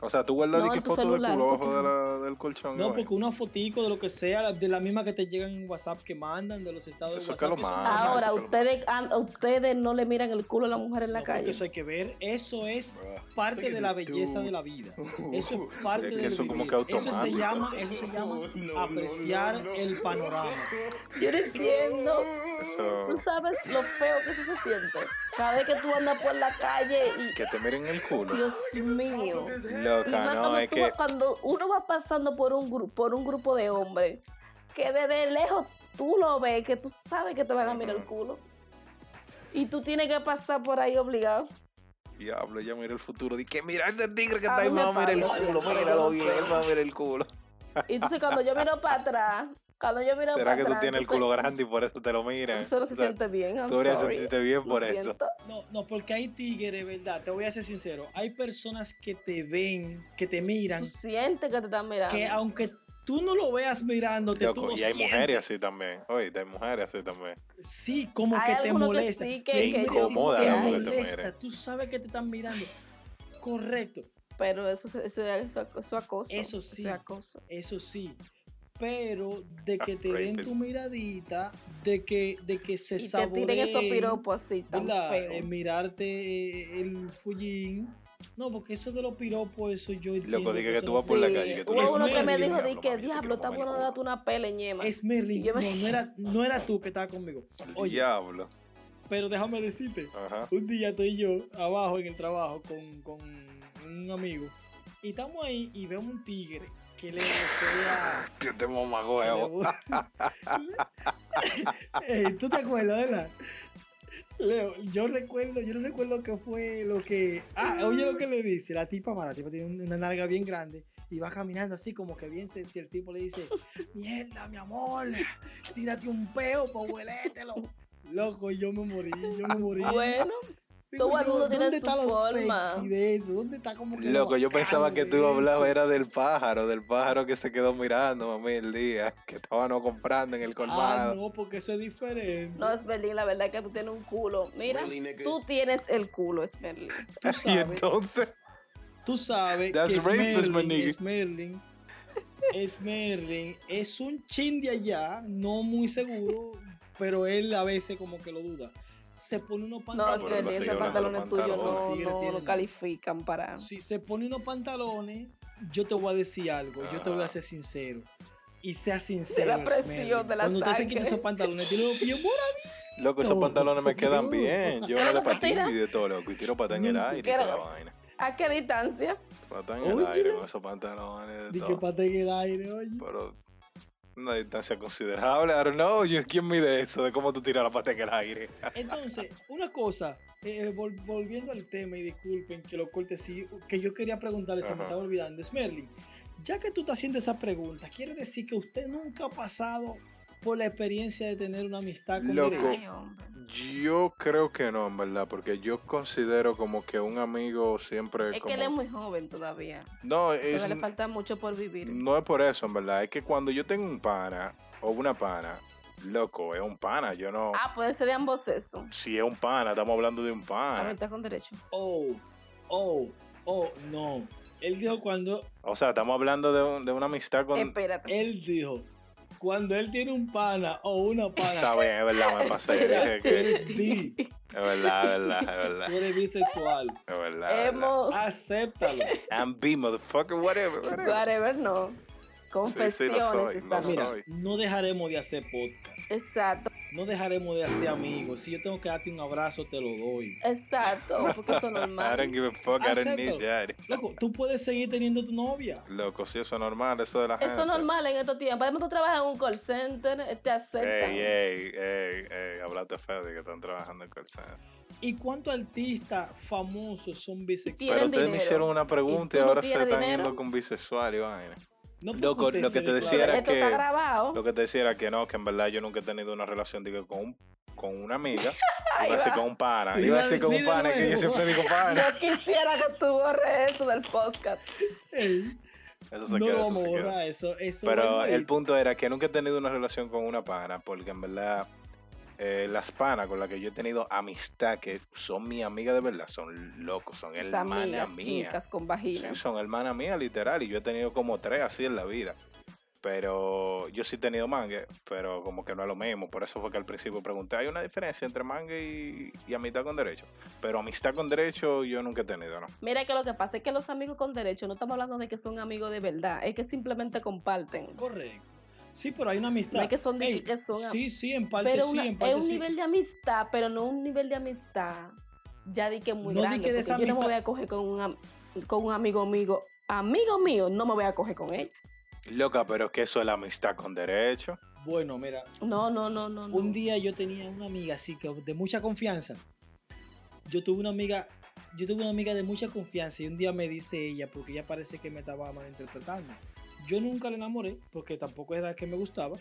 [SPEAKER 3] O sea, tú guardas
[SPEAKER 5] No,
[SPEAKER 3] de que
[SPEAKER 5] en tu
[SPEAKER 3] foto
[SPEAKER 5] celular,
[SPEAKER 3] de culo abajo
[SPEAKER 5] porque-
[SPEAKER 3] de la- del colchón.
[SPEAKER 4] No,
[SPEAKER 3] güey.
[SPEAKER 4] porque una fotico de lo que sea, la- de la misma que te llegan en WhatsApp que mandan de los estados
[SPEAKER 3] Eso
[SPEAKER 4] de
[SPEAKER 3] que
[SPEAKER 4] WhatsApp.
[SPEAKER 3] lo
[SPEAKER 4] eso no-
[SPEAKER 3] mandan.
[SPEAKER 5] Ahora,
[SPEAKER 3] eso que lo-
[SPEAKER 5] ustedes, a- a ustedes no le miran el culo a la mujer en la
[SPEAKER 4] No, porque
[SPEAKER 5] calle.
[SPEAKER 4] eso hay que ver, eso es
[SPEAKER 3] Ah,
[SPEAKER 6] Bruh.
[SPEAKER 4] parte
[SPEAKER 6] Look
[SPEAKER 4] de
[SPEAKER 6] at
[SPEAKER 4] la
[SPEAKER 6] this
[SPEAKER 4] belleza
[SPEAKER 6] dude.
[SPEAKER 4] de la vida. Eso es parte
[SPEAKER 3] Uh, Es que
[SPEAKER 4] de
[SPEAKER 3] eso como que
[SPEAKER 4] Eso se
[SPEAKER 3] automático.
[SPEAKER 4] llama, eso se llama
[SPEAKER 6] No, no, no,
[SPEAKER 4] apreciar
[SPEAKER 6] no, no.
[SPEAKER 4] el panorama.
[SPEAKER 5] Yo no entiendo.
[SPEAKER 3] Eso-
[SPEAKER 5] Tú sabes lo feo que eso se siente. Cada vez que tú andas por la calle y...
[SPEAKER 3] Que te miren el culo.
[SPEAKER 5] Dios mío. Y
[SPEAKER 3] Loca,
[SPEAKER 5] más
[SPEAKER 3] no,
[SPEAKER 5] cuando,
[SPEAKER 3] es
[SPEAKER 5] tú
[SPEAKER 3] que.
[SPEAKER 5] vas- cuando uno va pasando por un, gru- por un grupo de hombres, que desde lejos tú lo ves, que tú sabes que te van a mirar el
[SPEAKER 3] Ujú.
[SPEAKER 5] culo. Y tú tienes que pasar por ahí obligado.
[SPEAKER 3] Diablo, ya mira el futuro. Di que mira ese tigre que
[SPEAKER 5] A
[SPEAKER 3] está ahí,
[SPEAKER 5] mí me
[SPEAKER 3] va a mirar el
[SPEAKER 5] pasa.
[SPEAKER 3] culo. Míralo bien, él va a mirar el culo.
[SPEAKER 5] Y entonces cuando yo miro para atrás, cuando yo miro para
[SPEAKER 3] ¿Será que tú
[SPEAKER 5] atrás,
[SPEAKER 3] tienes el
[SPEAKER 5] entonces-
[SPEAKER 3] culo grande y por eso te lo miran?
[SPEAKER 5] Eso no se
[SPEAKER 3] O sea,
[SPEAKER 5] siente bien. I'm
[SPEAKER 3] Tú deberías
[SPEAKER 5] sorry.
[SPEAKER 3] sentirte bien
[SPEAKER 5] Lo
[SPEAKER 3] por eso.
[SPEAKER 5] siento.
[SPEAKER 4] No, no, porque hay tigres, ¿verdad? Te voy a ser sincero. Hay personas que te ven, que te miran,
[SPEAKER 5] Tú sientes que te están mirando.
[SPEAKER 4] que aunque tú no lo veas mirándote, tú
[SPEAKER 3] Loco,
[SPEAKER 4] lo
[SPEAKER 3] y hay
[SPEAKER 4] sientes.
[SPEAKER 3] mujeres así también. Oye, hay mujeres así también.
[SPEAKER 4] Sí, como
[SPEAKER 5] Hay
[SPEAKER 4] que te
[SPEAKER 5] algunos que
[SPEAKER 4] molesta.
[SPEAKER 5] sí, que-
[SPEAKER 4] Te
[SPEAKER 3] que- incomoda
[SPEAKER 4] te
[SPEAKER 5] la
[SPEAKER 3] mujer que te
[SPEAKER 4] molesta,
[SPEAKER 3] mire.
[SPEAKER 4] Tú sabes que te están mirando. Correcto,
[SPEAKER 5] Pero eso, eso, eso, eso- eso acoso.
[SPEAKER 4] Eso sí.
[SPEAKER 5] es acoso.
[SPEAKER 4] eso sí. Pero de que
[SPEAKER 3] Ah,
[SPEAKER 4] te den
[SPEAKER 3] rapist.
[SPEAKER 4] tu miradita, de que, de que se
[SPEAKER 5] Y te tiren esos
[SPEAKER 4] saboreen,
[SPEAKER 5] piropos así tan
[SPEAKER 4] ¿verdad?
[SPEAKER 5] feos.
[SPEAKER 4] Eh, mirarte eh, el fullín. No, porque eso de los piropos, eso yo entiendo.
[SPEAKER 3] Loco, dije que
[SPEAKER 4] eso
[SPEAKER 3] tú
[SPEAKER 4] no
[SPEAKER 3] vas por
[SPEAKER 4] se-
[SPEAKER 3] la
[SPEAKER 5] Sí,
[SPEAKER 3] calle. Que tú
[SPEAKER 5] hubo
[SPEAKER 3] le
[SPEAKER 4] eres
[SPEAKER 5] uno que me
[SPEAKER 4] Merlin,
[SPEAKER 5] dijo, di que
[SPEAKER 3] mami, yo te
[SPEAKER 5] diablo,
[SPEAKER 3] quiero
[SPEAKER 5] está
[SPEAKER 3] comer el
[SPEAKER 5] bueno darte una pela en yema.
[SPEAKER 4] Es Merlin.
[SPEAKER 5] Y yo me-
[SPEAKER 4] No, no era, no era tú que estabas conmigo.
[SPEAKER 3] culo.
[SPEAKER 4] Oye.
[SPEAKER 3] Diablo.
[SPEAKER 4] Pero déjame decirte.
[SPEAKER 3] Ajá.
[SPEAKER 4] un día estoy yo abajo en el trabajo con, con un amigo y estamos ahí y vemos un tigre que le desea
[SPEAKER 3] Te te mamá
[SPEAKER 4] que le bu- Ey, tú te acuerdas verdad Leo, yo recuerdo, yo no recuerdo qué fue lo que. Ah, oye lo que le dice. La tipa, mala, la tipa tiene una larga bien grande y va caminando así como que bien sexy. El tipo le dice: Mierda, mi amor, tírate un peo pa' huelételo. Loco, yo me morí, yo me morí.
[SPEAKER 5] Bueno,
[SPEAKER 4] Digo
[SPEAKER 5] todo el
[SPEAKER 4] yo,
[SPEAKER 5] mundo tiene
[SPEAKER 4] ¿dónde
[SPEAKER 5] su
[SPEAKER 4] está lo
[SPEAKER 5] forma.
[SPEAKER 4] sexy de eso? ¿Dónde está como que. lo
[SPEAKER 3] Loco, yo
[SPEAKER 4] bacano
[SPEAKER 3] pensaba que
[SPEAKER 4] de
[SPEAKER 3] tú hablabas
[SPEAKER 4] eso?
[SPEAKER 3] era del pájaro, del pájaro que se quedó mirando a mí el día, que estábamos comprando en el
[SPEAKER 4] Ah,
[SPEAKER 3] colmado.
[SPEAKER 4] no, porque eso es diferente.
[SPEAKER 5] no, Esmerlin, la verdad es que tú tienes un culo. Mira,
[SPEAKER 6] Really, nigga?
[SPEAKER 5] tú tienes el culo, Esmerlin.
[SPEAKER 4] Tú
[SPEAKER 3] y
[SPEAKER 4] sabes,
[SPEAKER 3] entonces,
[SPEAKER 4] tú sabes
[SPEAKER 3] That's
[SPEAKER 4] que
[SPEAKER 3] rape, this my
[SPEAKER 4] Smerling,
[SPEAKER 3] nigga.
[SPEAKER 4] Smerling, Smerling es un chin de allá, no muy seguro, pero él a veces como que lo duda. Se pone unos
[SPEAKER 5] No,
[SPEAKER 3] Ah,
[SPEAKER 4] pantalones.
[SPEAKER 3] pero él
[SPEAKER 5] Esmerlin,
[SPEAKER 3] va a seguir
[SPEAKER 5] esos
[SPEAKER 3] hablando de los
[SPEAKER 5] pantalones tuyos no,
[SPEAKER 4] pantalones.
[SPEAKER 5] no, no
[SPEAKER 4] Tiene-
[SPEAKER 5] califican para.
[SPEAKER 4] Si se pone unos pantalones, yo te voy a decir algo, yo te voy
[SPEAKER 3] Ah.
[SPEAKER 4] a ser sincero. Y sea sincero.
[SPEAKER 5] presión,
[SPEAKER 4] Smerling.
[SPEAKER 5] de la
[SPEAKER 4] Cuando usted se
[SPEAKER 5] sangre.
[SPEAKER 4] quita esos pantalones, tiene los pies morados.
[SPEAKER 3] loco, esos
[SPEAKER 4] No,
[SPEAKER 3] pantalones me
[SPEAKER 4] sí.
[SPEAKER 3] quedan bien. Yo me
[SPEAKER 5] Pero
[SPEAKER 3] le
[SPEAKER 5] tú
[SPEAKER 3] patino
[SPEAKER 5] tiras-
[SPEAKER 3] y de todo, loco, y tiro pata en el
[SPEAKER 4] Nunca.
[SPEAKER 3] aire y toda la
[SPEAKER 5] Quiero-
[SPEAKER 3] vaina.
[SPEAKER 5] ¿A qué distancia?
[SPEAKER 3] Pata en el
[SPEAKER 4] Oye.
[SPEAKER 3] aire con esos pantalones de
[SPEAKER 4] Di que
[SPEAKER 3] todo.
[SPEAKER 4] pata en el aire, oye.
[SPEAKER 3] Pero una distancia considerable. I don't know, yo- ¿quién mide eso de cómo tú tiras la pata en el aire?
[SPEAKER 4] Entonces, una cosa, eh, vol- volviendo al tema, y disculpen que lo corte, sí, que yo quería preguntarle, se me
[SPEAKER 3] Ajá.
[SPEAKER 4] estaba olvidando, Smerly, ya que tú estás haciendo esa pregunta, quiere decir que usted nunca ha pasado por la experiencia de tener una amistad con
[SPEAKER 3] Loco.
[SPEAKER 4] derecho?
[SPEAKER 5] Ay, hombre.
[SPEAKER 3] Yo creo que no, en verdad, porque yo considero como que un amigo siempre
[SPEAKER 5] Es
[SPEAKER 3] como...
[SPEAKER 5] que él es muy joven todavía.
[SPEAKER 3] No,
[SPEAKER 5] Todavía
[SPEAKER 3] es,
[SPEAKER 5] le falta mucho por vivir.
[SPEAKER 3] No es por eso, en verdad. Es que cuando yo tengo un pana o una pana, loco, es un pana. Yo no.
[SPEAKER 5] Ah, puede ser de ambos sexos.
[SPEAKER 3] Si es un pana, estamos hablando de un pana.
[SPEAKER 5] Amistad con derecho.
[SPEAKER 4] Oh, oh, oh, no. Él dijo cuando,
[SPEAKER 3] O sea, estamos hablando de, un- de una amistad con.
[SPEAKER 5] Espérate.
[SPEAKER 4] él dijo, cuando él tiene un pana o una pana,
[SPEAKER 3] Está bien, es verdad, me pasé. Es
[SPEAKER 4] tú
[SPEAKER 3] que-
[SPEAKER 4] eres bi,
[SPEAKER 3] es verdad, es verdad, es
[SPEAKER 4] tú
[SPEAKER 3] verdad.
[SPEAKER 4] eres bisexual,
[SPEAKER 3] Es verdad. es verdad.
[SPEAKER 5] Hemos.
[SPEAKER 4] acéptalo.
[SPEAKER 3] I'm B, motherfucker, whatever. whatever.
[SPEAKER 5] Whatever, no. Confesiones
[SPEAKER 3] Sí, sí, lo soy, lo
[SPEAKER 5] estamos.
[SPEAKER 4] Mira,
[SPEAKER 3] Soy.
[SPEAKER 4] no dejaremos de hacer podcast.
[SPEAKER 5] Exacto,
[SPEAKER 4] no dejaremos de hacer amigos. Si yo tengo que darte un abrazo, te lo doy.
[SPEAKER 5] exacto. Porque eso es
[SPEAKER 3] I don't
[SPEAKER 5] normal.
[SPEAKER 3] give a fuck, I don't need that.
[SPEAKER 4] Loco, tú puedes seguir teniendo tu novia.
[SPEAKER 3] Loco, sí, eso es normal, eso de la gente.
[SPEAKER 5] Eso es normal en estos tiempos. Además, tú trabajas en un call center, eh, te aceptan.
[SPEAKER 3] Ey, ey, ey, ey, hablaste feo de que están trabajando en call center.
[SPEAKER 4] ¿Y cuántos artistas famosos son bisexuales?
[SPEAKER 3] Pero
[SPEAKER 5] Tienen
[SPEAKER 3] ustedes me
[SPEAKER 5] dinero.
[SPEAKER 3] hicieron una pregunta y,
[SPEAKER 5] tú no
[SPEAKER 3] ahora se
[SPEAKER 5] tienes
[SPEAKER 3] están
[SPEAKER 5] dinero.
[SPEAKER 3] yendo con bisexual y vaina.
[SPEAKER 4] No porque
[SPEAKER 3] Loco,
[SPEAKER 4] usted
[SPEAKER 3] lo
[SPEAKER 4] se
[SPEAKER 3] que te
[SPEAKER 4] declara-
[SPEAKER 3] decía era
[SPEAKER 5] Esto está
[SPEAKER 3] que-
[SPEAKER 5] grabado.
[SPEAKER 3] Lo que te decía era que no, que en verdad yo nunca he tenido una relación digo, con, un- con una amiga.
[SPEAKER 5] Ahí
[SPEAKER 3] iba a decir
[SPEAKER 5] va.
[SPEAKER 3] con un pana.
[SPEAKER 4] Iba
[SPEAKER 3] Iba a
[SPEAKER 4] a
[SPEAKER 3] decir con un
[SPEAKER 4] decir de
[SPEAKER 3] pana, que yo
[SPEAKER 4] nuevo.
[SPEAKER 3] siempre digo pana.
[SPEAKER 5] Yo quisiera que tú borres eso del podcast.
[SPEAKER 4] Ey,
[SPEAKER 3] Eso se
[SPEAKER 4] no
[SPEAKER 3] queda,
[SPEAKER 4] lo
[SPEAKER 3] eso
[SPEAKER 4] vamos a
[SPEAKER 3] se queda.
[SPEAKER 4] borrar, eso, eso
[SPEAKER 3] Pero
[SPEAKER 4] va ahí.
[SPEAKER 3] el punto era que nunca he tenido una relación con una pana, porque en verdad eh, las panas con las que yo he tenido amistad, que son mi amiga de verdad, son locos, son
[SPEAKER 5] Tus
[SPEAKER 3] hermanas
[SPEAKER 5] amigas,
[SPEAKER 3] mías.
[SPEAKER 5] chicas con
[SPEAKER 3] Sí,
[SPEAKER 5] vagina.
[SPEAKER 3] son hermanas mías, literal, y yo he tenido como tres así en la vida. Pero yo sí he tenido mangue, pero como que no es lo mismo. Por eso fue que al principio pregunté, ¿hay una diferencia entre mangue y, y amistad con derecho? Pero amistad con derecho yo nunca he tenido, ¿no?
[SPEAKER 5] Mira que lo que pasa es que los amigos con derecho, no estamos hablando de que son amigos de verdad, es que simplemente comparten.
[SPEAKER 4] Correcto. Sí, pero hay una amistad.
[SPEAKER 5] No es que son, de-
[SPEAKER 4] Ey,
[SPEAKER 5] que son am-
[SPEAKER 4] Sí, sí, en parte
[SPEAKER 5] pero
[SPEAKER 4] sí,
[SPEAKER 5] una-
[SPEAKER 4] en
[SPEAKER 5] es
[SPEAKER 4] parte
[SPEAKER 5] un
[SPEAKER 4] sí.
[SPEAKER 5] nivel de amistad, pero no un nivel de amistad ya di que muy
[SPEAKER 4] No di
[SPEAKER 5] grande.
[SPEAKER 4] que de
[SPEAKER 5] porque
[SPEAKER 4] esa
[SPEAKER 5] yo no me
[SPEAKER 4] amistad-
[SPEAKER 5] voy a coger con un, am- con un amigo mío. Amigo mío, no me voy a coger con él.
[SPEAKER 3] Loca, pero es que eso es la amistad con derecho.
[SPEAKER 4] Bueno, mira,
[SPEAKER 5] No, no, no, no. no.
[SPEAKER 4] Un día yo tenía una amiga así que de mucha confianza. Yo tuve una amiga, yo tuve una amiga de mucha confianza y un día me dice ella, porque ella parece que me estaba malinterpretando. Yo nunca la enamoré, porque tampoco era que me gustaba,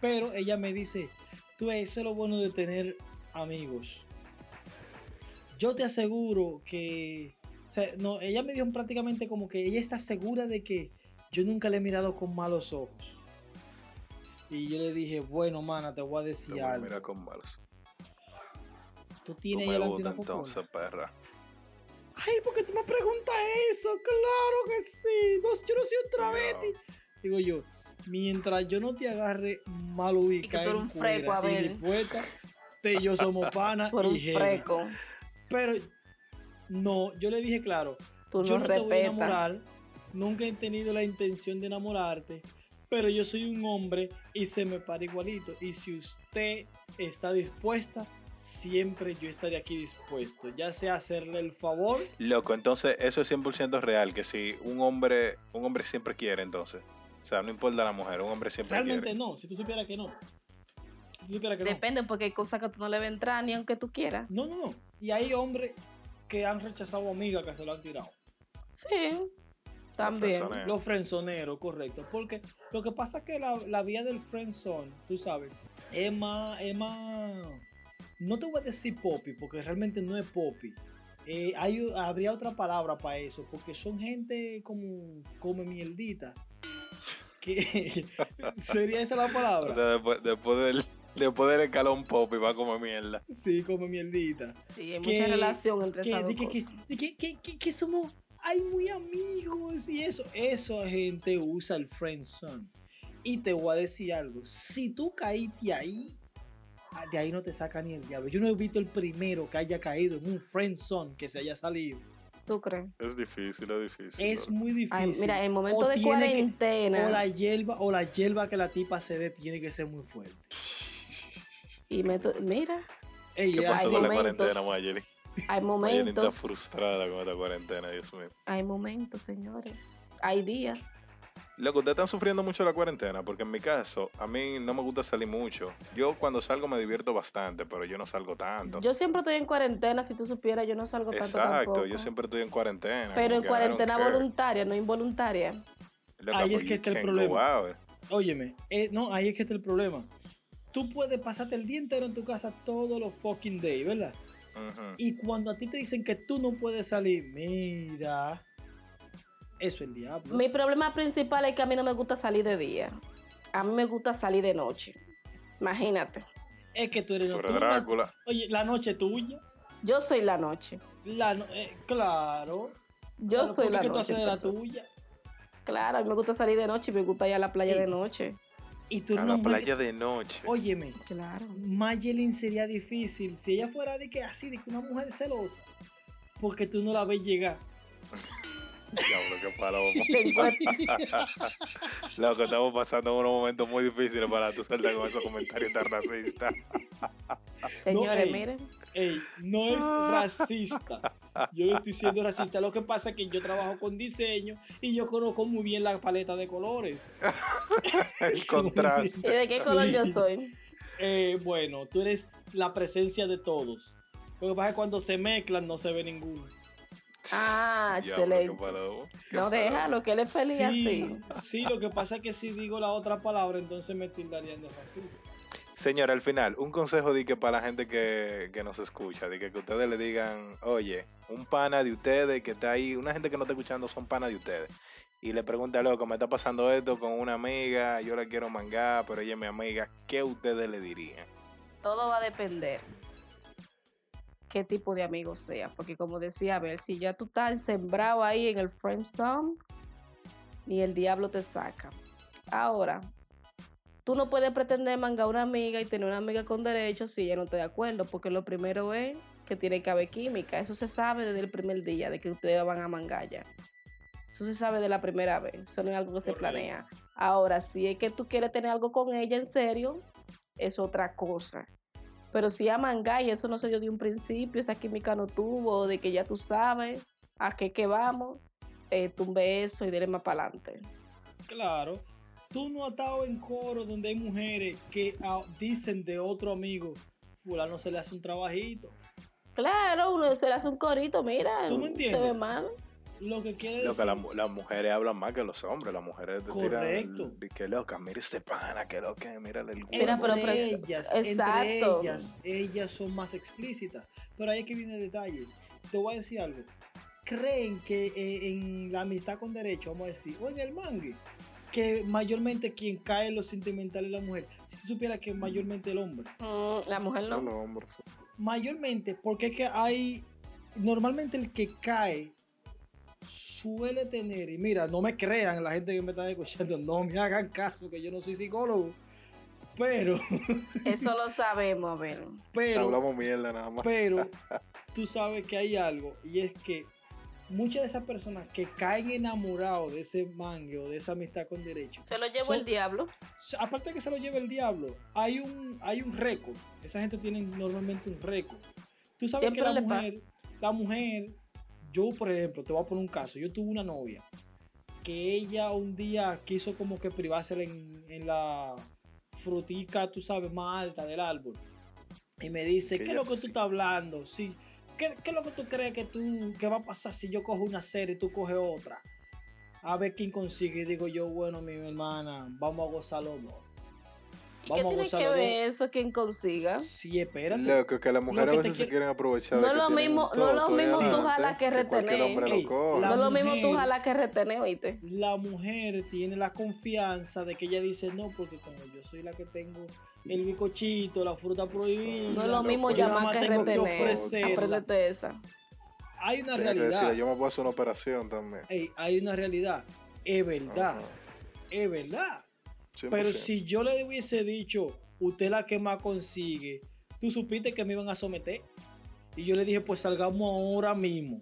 [SPEAKER 4] pero ella me dice, tú ves, eso es lo bueno de tener amigos. Yo te aseguro que, o sea, no, ella me dijo prácticamente como que ella está segura de que yo nunca le he mirado con malos ojos. Y yo le dije, bueno, mana, te voy a decir
[SPEAKER 3] Toma,
[SPEAKER 4] algo.
[SPEAKER 3] mira con malos.
[SPEAKER 4] Tú
[SPEAKER 3] Tú
[SPEAKER 4] tienes
[SPEAKER 3] me
[SPEAKER 4] el
[SPEAKER 3] gusta
[SPEAKER 4] antídoto
[SPEAKER 3] entonces,
[SPEAKER 4] popular.
[SPEAKER 3] perra.
[SPEAKER 4] Ay, ¿por qué tú me preguntas eso? Claro que sí. No, yo no soy un travesti. Digo yo, mientras yo no te agarre mal ubicado
[SPEAKER 5] tú eres
[SPEAKER 4] en
[SPEAKER 5] un freco,
[SPEAKER 4] cuera y
[SPEAKER 5] Abel.
[SPEAKER 4] dispuesta, te y yo somos panas
[SPEAKER 5] Por
[SPEAKER 4] y
[SPEAKER 5] un
[SPEAKER 4] jeva.
[SPEAKER 5] freco.
[SPEAKER 4] Pero no, yo le dije claro,
[SPEAKER 5] Tú
[SPEAKER 4] yo
[SPEAKER 5] no,
[SPEAKER 4] no te voy a
[SPEAKER 5] respetas.
[SPEAKER 4] enamorar. Nunca he tenido la intención de enamorarte. Pero yo soy un hombre y se me para igualito. Y si usted está dispuesta, siempre yo estaré aquí dispuesto. Ya sea hacerle el favor.
[SPEAKER 3] Loco, entonces eso es 100% real, que si un hombre, un hombre siempre quiere, entonces. O sea, no importa la mujer, un hombre siempre
[SPEAKER 4] Realmente
[SPEAKER 3] quiere.
[SPEAKER 4] no, si tú supieras que no. Si tú supieras que no.
[SPEAKER 5] Depende, porque hay cosas que tú no le vas a entrar ni aunque tú quieras.
[SPEAKER 4] No, no, no. Y hay hombres que han rechazado amigas que se lo han tirado.
[SPEAKER 5] Sí, también.
[SPEAKER 1] Personas.
[SPEAKER 4] Los frenzoneros, correcto. Porque lo que pasa es que la, la vía del frenzone, tú sabes, es más, es más- No te voy a decir poppy, porque realmente no es poppy. Eh, hay, habría otra palabra para eso, porque son gente como come mierdita. Que, ¿Sería esa la palabra?
[SPEAKER 3] O sea, después, después del, después del escalón pop y va a comer mierda.
[SPEAKER 4] sí, come mierdita.
[SPEAKER 5] Sí, hay
[SPEAKER 4] Que-
[SPEAKER 5] mucha relación entre
[SPEAKER 4] que,
[SPEAKER 5] esas dos
[SPEAKER 4] di que, que,
[SPEAKER 5] cosas.
[SPEAKER 4] di que, que, que- que somos ay, muy amigos y eso. Esa gente usa el friendzone. Y te voy a decir algo. Si tú caíste ahí, ah, de ahí no te saca ni el diablo. Yo no he visto el primero que haya caído en un friendzone que se haya salido.
[SPEAKER 5] ¿Tú crees?
[SPEAKER 1] Es difícil, es difícil.
[SPEAKER 4] es
[SPEAKER 1] bro.
[SPEAKER 4] muy difícil.
[SPEAKER 5] Ay, mira, en momento
[SPEAKER 4] O
[SPEAKER 5] de
[SPEAKER 4] tiene que-
[SPEAKER 5] cuarentena
[SPEAKER 4] o la hierba o la hierba que la tipa se dé tiene que ser muy fuerte.
[SPEAKER 5] y meto- mira,
[SPEAKER 4] Ey,
[SPEAKER 1] ¿Qué
[SPEAKER 4] ay,
[SPEAKER 1] pasó
[SPEAKER 5] hay
[SPEAKER 1] con la
[SPEAKER 5] momentos-
[SPEAKER 1] cuarentena, Mayeli? Mayeli
[SPEAKER 5] hay
[SPEAKER 1] está
[SPEAKER 5] momentos,
[SPEAKER 1] frustrada con esta cuarentena, Dios mío.
[SPEAKER 5] hay momentos, señores, hay días.
[SPEAKER 3] Loco, ustedes están sufriendo mucho la cuarentena, porque en mi caso, a mí no me gusta salir mucho. Yo cuando salgo me divierto bastante, pero yo no salgo tanto.
[SPEAKER 5] Yo siempre estoy en cuarentena, si tú supieras, yo no salgo tanto
[SPEAKER 3] Exacto,
[SPEAKER 5] tampoco.
[SPEAKER 3] yo siempre estoy en cuarentena. como
[SPEAKER 5] Pero en
[SPEAKER 3] que I don't
[SPEAKER 5] cuarentena
[SPEAKER 3] care.
[SPEAKER 5] voluntaria, no involuntaria.
[SPEAKER 3] Loco,
[SPEAKER 4] Ahí es
[SPEAKER 3] pues
[SPEAKER 4] que
[SPEAKER 3] you
[SPEAKER 4] está el
[SPEAKER 3] can't go
[SPEAKER 4] problema.
[SPEAKER 3] out.
[SPEAKER 4] Óyeme, eh, no, ahí es que está el problema. Tú puedes pasarte el día entero en tu casa todos los fucking days, ¿verdad?
[SPEAKER 3] Ujú.
[SPEAKER 4] Y cuando a ti te dicen que tú no puedes salir, mira, eso es el diablo.
[SPEAKER 5] Mi problema principal es que a mí no me gusta salir de día. A mí me gusta salir de noche. Imagínate.
[SPEAKER 4] Es que tú eres
[SPEAKER 3] Tú eres
[SPEAKER 4] nocturna.
[SPEAKER 3] Drácula.
[SPEAKER 4] Oye, la noche es tuya.
[SPEAKER 5] Yo soy la noche.
[SPEAKER 4] La no- eh, claro.
[SPEAKER 5] Yo
[SPEAKER 4] Pero
[SPEAKER 5] soy
[SPEAKER 4] ¿por qué
[SPEAKER 5] la
[SPEAKER 4] que tú
[SPEAKER 5] noche.
[SPEAKER 4] haces de la
[SPEAKER 5] entonces.
[SPEAKER 4] tuya?
[SPEAKER 5] Claro, a mí me gusta salir de noche y me gusta ir a la playa
[SPEAKER 4] Sí.
[SPEAKER 5] de noche.
[SPEAKER 4] Y tú eres
[SPEAKER 3] A
[SPEAKER 4] una
[SPEAKER 3] la
[SPEAKER 4] mujer
[SPEAKER 3] playa de noche.
[SPEAKER 4] que- Óyeme,
[SPEAKER 5] Claro.
[SPEAKER 4] Mayelin sería difícil si ella fuera de que así, de que una mujer celosa. Porque tú no la ves llegar.
[SPEAKER 3] Diablo, qué palo.
[SPEAKER 5] Te encuentro-
[SPEAKER 3] Loco, estamos pasando unos momentos muy difíciles para tú saltar con esos comentarios tan racistas.
[SPEAKER 5] Señores,
[SPEAKER 4] ey.
[SPEAKER 5] miren.
[SPEAKER 4] Ey, no es racista. Yo no estoy siendo racista. Lo que pasa es que yo trabajo con diseño y yo conozco muy bien la paleta de colores.
[SPEAKER 3] El contraste.
[SPEAKER 5] ¿Y de qué color yo soy?
[SPEAKER 4] Eh, bueno, tú eres la presencia de todos. Lo que pasa es que cuando se mezclan no se ve ninguno.
[SPEAKER 5] Ah,
[SPEAKER 3] Diablo, qué
[SPEAKER 5] excelente.
[SPEAKER 3] palo. Qué
[SPEAKER 5] No,
[SPEAKER 3] palo.
[SPEAKER 5] déjalo, que él es feliz
[SPEAKER 4] Sí,
[SPEAKER 5] así.
[SPEAKER 4] sí, lo que pasa es que si digo la otra palabra, entonces me tildarían de racista.
[SPEAKER 3] Señora, al final, un consejo di que para la gente que, que nos escucha, de que, que ustedes le digan, oye, un pana de ustedes que está ahí, una gente que no está escuchando son pana de ustedes. Y le pregunta, loco, me está pasando esto con una amiga, yo la quiero mangar, pero ella es mi amiga. ¿Qué ustedes le dirían?
[SPEAKER 5] Todo va a depender qué tipo de amigo sea. Porque como decía, a ver, si ya tú estás sembrado ahí en el frame zone, ni el diablo te saca. Ahora, tú no puedes pretender mangar a una amiga y tener una amiga con derechos si ella no está de acuerdo. Porque lo primero es que tiene que haber química. Eso se sabe desde el primer día de que ustedes van a mangar ya. Eso se sabe de la primera vez. Eso no es algo que se
[SPEAKER 4] Correcto.
[SPEAKER 5] planea. Ahora, si es que tú quieres tener algo con ella en serio, es otra cosa. Pero si a Mangay, eso no se dio de un principio, esa química no tuvo, de que ya tú sabes a qué que vamos, eh, tumbe eso y dele más para adelante.
[SPEAKER 4] Claro. Tú no has estado en coro donde hay mujeres que ah, dicen de otro amigo, fulano se le hace un trabajito.
[SPEAKER 5] Claro, uno se le hace un corito, mira,
[SPEAKER 4] ¿Tú me
[SPEAKER 5] se ve
[SPEAKER 4] entiendes?
[SPEAKER 5] mal.
[SPEAKER 4] Lo que quiere decir...
[SPEAKER 3] Loca, la mu- las mujeres hablan más que los hombres, las mujeres te
[SPEAKER 4] Correcto.
[SPEAKER 3] tiran, di que loca, mira este pana, que loca, mírale el
[SPEAKER 5] Mira,
[SPEAKER 3] cuerpo".
[SPEAKER 5] pero- pues,
[SPEAKER 4] entre ellas, entre
[SPEAKER 5] Exacto.
[SPEAKER 4] ellas, ellas son más explícitas. Pero ahí es que viene el detalle. Te voy a decir algo. Creen que eh, en la amistad con derecho, vamos a decir, o en el mangue, que mayormente quien cae en lo sentimental es la mujer. Si tú supieras que mayormente el hombre.
[SPEAKER 5] Mm, la mujer no.
[SPEAKER 3] Los hombres.
[SPEAKER 4] Mayormente, porque es que hay. Normalmente el que cae suele tener, y mira, no me crean la gente que me está escuchando, no me hagan caso que yo no soy psicólogo. Pero,
[SPEAKER 5] Eso lo sabemos, a ver.
[SPEAKER 4] pero.
[SPEAKER 3] Hablamos mierda nada más.
[SPEAKER 4] Pero tú sabes que hay algo y es que muchas de esas personas que caen enamorados de ese mangue o de esa amistad con derecho,
[SPEAKER 5] Se lo llevó
[SPEAKER 4] Son-
[SPEAKER 5] el diablo.
[SPEAKER 4] so- aparte de que se lo lleve el diablo, hay un, hay un récord. Esa gente tiene normalmente un récord. Tú sabes
[SPEAKER 5] Siempre
[SPEAKER 4] que la
[SPEAKER 5] le pasa.
[SPEAKER 4] mujer, la mujer, yo por ejemplo, te voy a poner un caso, yo tuve una novia que ella un día quiso como que privársela en, en la frutica, tú sabes, más alta del árbol. Y me dice,
[SPEAKER 3] Que
[SPEAKER 4] ¿qué es
[SPEAKER 3] ya
[SPEAKER 4] lo que
[SPEAKER 3] sí.
[SPEAKER 4] tú estás hablando? Sí. ¿Qué, qué es lo que tú crees que tú, que va a pasar si yo cojo una serie y tú coges otra? A ver quién consigue. Y digo yo, bueno, mi hermana, vamos a gozar los dos.
[SPEAKER 5] ¿Y qué tiene
[SPEAKER 4] los
[SPEAKER 5] que ver eso quien consiga?
[SPEAKER 4] dos. Sí, espérate.
[SPEAKER 3] Loco, que las mujeres
[SPEAKER 4] que
[SPEAKER 3] a
[SPEAKER 4] te
[SPEAKER 3] veces se
[SPEAKER 4] quiero-
[SPEAKER 3] quieren aprovechar de
[SPEAKER 5] No
[SPEAKER 3] que
[SPEAKER 5] es lo
[SPEAKER 3] tienen un
[SPEAKER 5] mismo- no es lo
[SPEAKER 3] toto ahí
[SPEAKER 4] mismo tú
[SPEAKER 3] adelante,
[SPEAKER 5] jalar que
[SPEAKER 3] Cualquier
[SPEAKER 5] retener.
[SPEAKER 3] hombre
[SPEAKER 4] Ey,
[SPEAKER 3] lo coge.
[SPEAKER 4] La
[SPEAKER 5] no es lo mismo tú
[SPEAKER 4] mujer-
[SPEAKER 5] jalar que retener, oíste.
[SPEAKER 4] la mujer tiene la confianza de que ella dice no, porque como yo soy la que tengo el bicochito, la fruta prohibida.
[SPEAKER 5] No es lo
[SPEAKER 3] Loco,
[SPEAKER 5] mismo
[SPEAKER 3] yo nada
[SPEAKER 5] llamar
[SPEAKER 4] más
[SPEAKER 5] que
[SPEAKER 4] tengo que
[SPEAKER 5] retener.
[SPEAKER 4] ofrecerla.
[SPEAKER 5] Apréndete esa.
[SPEAKER 4] Hay una
[SPEAKER 3] Tiene que decirle,
[SPEAKER 4] realidad.
[SPEAKER 3] yo me puedo hacer una operación también.
[SPEAKER 4] ey, hay una realidad. Es verdad.
[SPEAKER 3] Ajá,
[SPEAKER 4] Es verdad.
[SPEAKER 3] 100%.
[SPEAKER 4] Pero si yo le hubiese dicho, usted la que más consigue, tú supiste que me iban a someter. Y yo le dije, pues salgamos ahora mismo.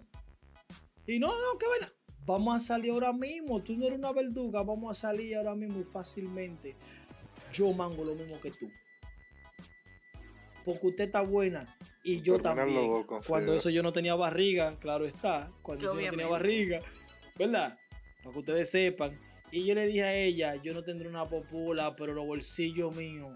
[SPEAKER 4] Y no, no, qué buena. Vamos a salir ahora mismo. Tú no eres una verduga, vamos a salir ahora mismo y fácilmente. Yo mango lo mismo que tú. Porque usted está buena y yo
[SPEAKER 3] Terminan
[SPEAKER 4] también.
[SPEAKER 3] los dos con
[SPEAKER 4] Cuando
[SPEAKER 3] sida.
[SPEAKER 4] eso yo no tenía barriga, claro está. Cuando
[SPEAKER 5] Que
[SPEAKER 4] eso yo no tenía
[SPEAKER 5] obviamente.
[SPEAKER 4] barriga, ¿verdad? Para que ustedes sepan. Y yo le dije a ella, yo no tendré una popula, pero los bolsillos míos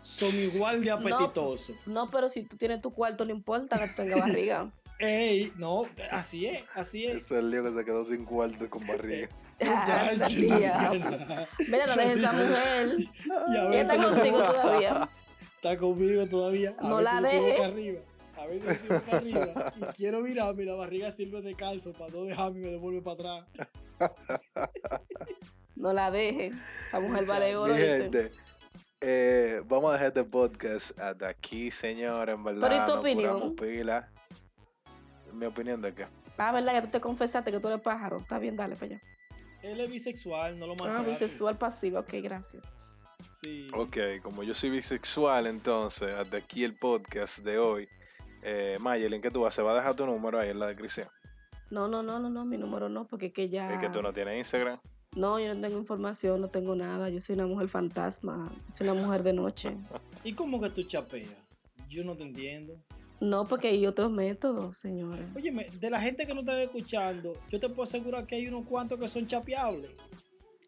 [SPEAKER 4] son igual de apetitosos.
[SPEAKER 5] No, pero si tú tienes tu cuarto, no importa que tenga barriga.
[SPEAKER 4] Ey, no, así es, así
[SPEAKER 3] Ese
[SPEAKER 4] es.
[SPEAKER 3] es el lío que se quedó sin cuarto y con barriga.
[SPEAKER 5] Ah,
[SPEAKER 4] Ya,
[SPEAKER 5] tía.
[SPEAKER 4] chica.
[SPEAKER 5] Mira, no dejes a esa mujer.
[SPEAKER 4] Y a
[SPEAKER 5] Ella está
[SPEAKER 4] veces no-
[SPEAKER 5] contigo todavía.
[SPEAKER 4] Está conmigo todavía. A
[SPEAKER 5] No
[SPEAKER 4] veces
[SPEAKER 5] la
[SPEAKER 4] yo tengo
[SPEAKER 5] dejes.
[SPEAKER 4] que arriba. A veces yo tengo que arriba. Y quiero mirarme y la barriga sirve de calzo para no dejarme y me devuelve para atrás.
[SPEAKER 5] No la dejes. La mujer vale oro.
[SPEAKER 3] Mi
[SPEAKER 5] ¿viste?
[SPEAKER 3] gente, eh, vamos a dejar este podcast hasta aquí, señores. En verdad,
[SPEAKER 5] Pero, ¿y tu
[SPEAKER 3] nos
[SPEAKER 5] opinión?
[SPEAKER 3] curamos pila. Mi opinión de qué.
[SPEAKER 5] Ah, verdad que tú te confesaste que tú eres pájaro. Está bien, dale para allá.
[SPEAKER 4] Él es bisexual, no lo
[SPEAKER 5] Ah,
[SPEAKER 3] pues,
[SPEAKER 4] maltraten.
[SPEAKER 5] bisexual pasivo. Ok, gracias.
[SPEAKER 4] Sí.
[SPEAKER 3] Ok, como yo soy bisexual, entonces, hasta aquí el podcast de hoy. Eh, Mayelin, ¿qué tú vas? ¿Se va a dejar tu número ahí en la descripción?
[SPEAKER 5] No, no, no, no, no. Mi número no, porque es que ya.
[SPEAKER 3] Es que tú no tienes Instagram.
[SPEAKER 5] No, yo no tengo información, no tengo nada. Yo soy una mujer fantasma. Soy una mujer de noche.
[SPEAKER 4] ¿Y cómo que tú chapeas? Yo no te entiendo.
[SPEAKER 5] No, porque hay otros métodos, señores.
[SPEAKER 4] Óyeme, de la gente que no está escuchando, yo te puedo asegurar que hay unos cuantos que son chapeables.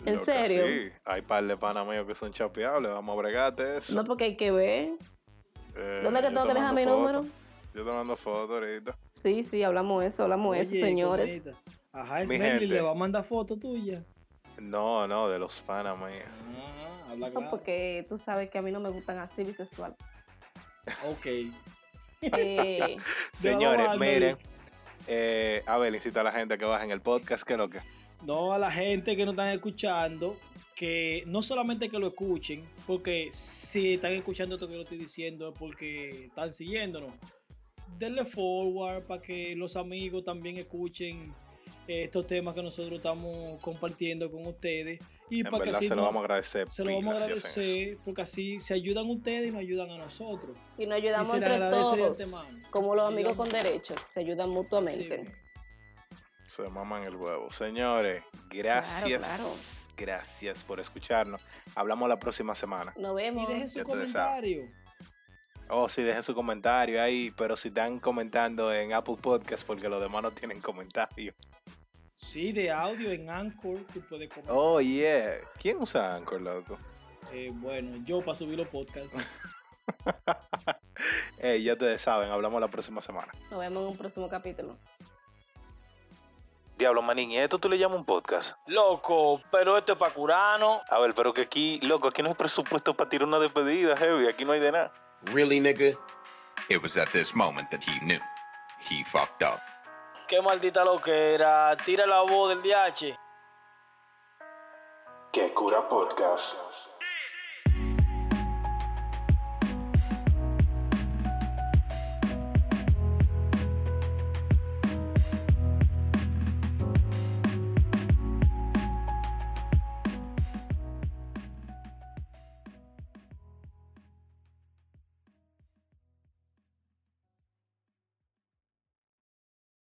[SPEAKER 5] ¿En
[SPEAKER 3] Loca,
[SPEAKER 5] serio?
[SPEAKER 3] Sí, hay par de panas míos que son chapeables. Vamos a bregarte eso.
[SPEAKER 5] No, porque hay que ver.
[SPEAKER 3] Eh,
[SPEAKER 5] ¿Dónde es que
[SPEAKER 3] yo
[SPEAKER 5] tengo
[SPEAKER 3] te
[SPEAKER 5] que
[SPEAKER 3] mando
[SPEAKER 5] dejar mi
[SPEAKER 3] foto.
[SPEAKER 5] número?
[SPEAKER 3] Yo te mando fotos ahorita.
[SPEAKER 5] Sí, sí, hablamos eso, hablamos eso,
[SPEAKER 4] Oye,
[SPEAKER 5] señores.
[SPEAKER 4] comunita. Ajá, es
[SPEAKER 3] Mi
[SPEAKER 4] Meli,
[SPEAKER 3] gente.
[SPEAKER 4] le va a mandar foto tuya.
[SPEAKER 3] No, no, de los panas míos.
[SPEAKER 4] Ah, habla
[SPEAKER 5] No,
[SPEAKER 4] claro.
[SPEAKER 5] porque tú sabes que a mí no me gustan así bisexual.
[SPEAKER 4] Ok.
[SPEAKER 5] Eh,
[SPEAKER 3] Señores,
[SPEAKER 4] Dale,
[SPEAKER 3] miren. Eh, a ver, incita a la gente a que bajen el podcast, que lo que.
[SPEAKER 4] No, a la gente que no están escuchando, que no solamente que lo escuchen, porque si están escuchando esto que yo estoy diciendo es porque están siguiéndonos. Denle forward para que los amigos también escuchen eh, estos temas que nosotros estamos compartiendo con ustedes. Y
[SPEAKER 3] En
[SPEAKER 4] para que
[SPEAKER 3] verdad
[SPEAKER 4] así
[SPEAKER 3] se lo
[SPEAKER 4] no-
[SPEAKER 3] vamos a agradecer.
[SPEAKER 4] se lo vamos a
[SPEAKER 3] pila si hacen eso.
[SPEAKER 4] agradecer, porque así se ayudan ustedes y nos ayudan a nosotros.
[SPEAKER 5] y nos ayudamos
[SPEAKER 4] Y se le
[SPEAKER 5] entre
[SPEAKER 4] agradece de
[SPEAKER 5] todos,
[SPEAKER 4] antemano.
[SPEAKER 5] como los
[SPEAKER 4] Y
[SPEAKER 5] amigos
[SPEAKER 4] yo-
[SPEAKER 5] con derechos, se ayudan mutuamente.
[SPEAKER 4] Así
[SPEAKER 3] Se maman el huevo. Señores, gracias. Gracias por escucharnos. Hablamos la próxima semana.
[SPEAKER 5] Nos
[SPEAKER 4] que- Y
[SPEAKER 5] vemos.
[SPEAKER 4] dejen su
[SPEAKER 3] Ya ustedes saben.
[SPEAKER 4] comentario.
[SPEAKER 3] Oh, sí, dejen su comentario ahí, pero si están comentando en Apple Podcast, porque los demás no tienen comentario.
[SPEAKER 4] Sí, de audio en Anchor, tú puedes comentar.
[SPEAKER 3] Oh, yeah. ¿Quién usa Anchor, loco?
[SPEAKER 4] Eh, bueno, yo para subir los podcasts.
[SPEAKER 3] Ey, ya ustedes saben, hablamos la próxima semana.
[SPEAKER 5] Nos vemos en un próximo capítulo.
[SPEAKER 1] Diablo, manín, ¿y a esto tú le llamas un podcast?
[SPEAKER 2] Loco, pero esto es para curano.
[SPEAKER 1] A ver, pero que aquí, loco, aquí no hay presupuesto para tirar una despedida, heavy, aquí no hay de nada.
[SPEAKER 6] Really, nigga?
[SPEAKER 7] It was at this moment that he knew he fucked up.
[SPEAKER 2] Qué maldita loquera. Tira la voz del DH.
[SPEAKER 1] Que cura podcast.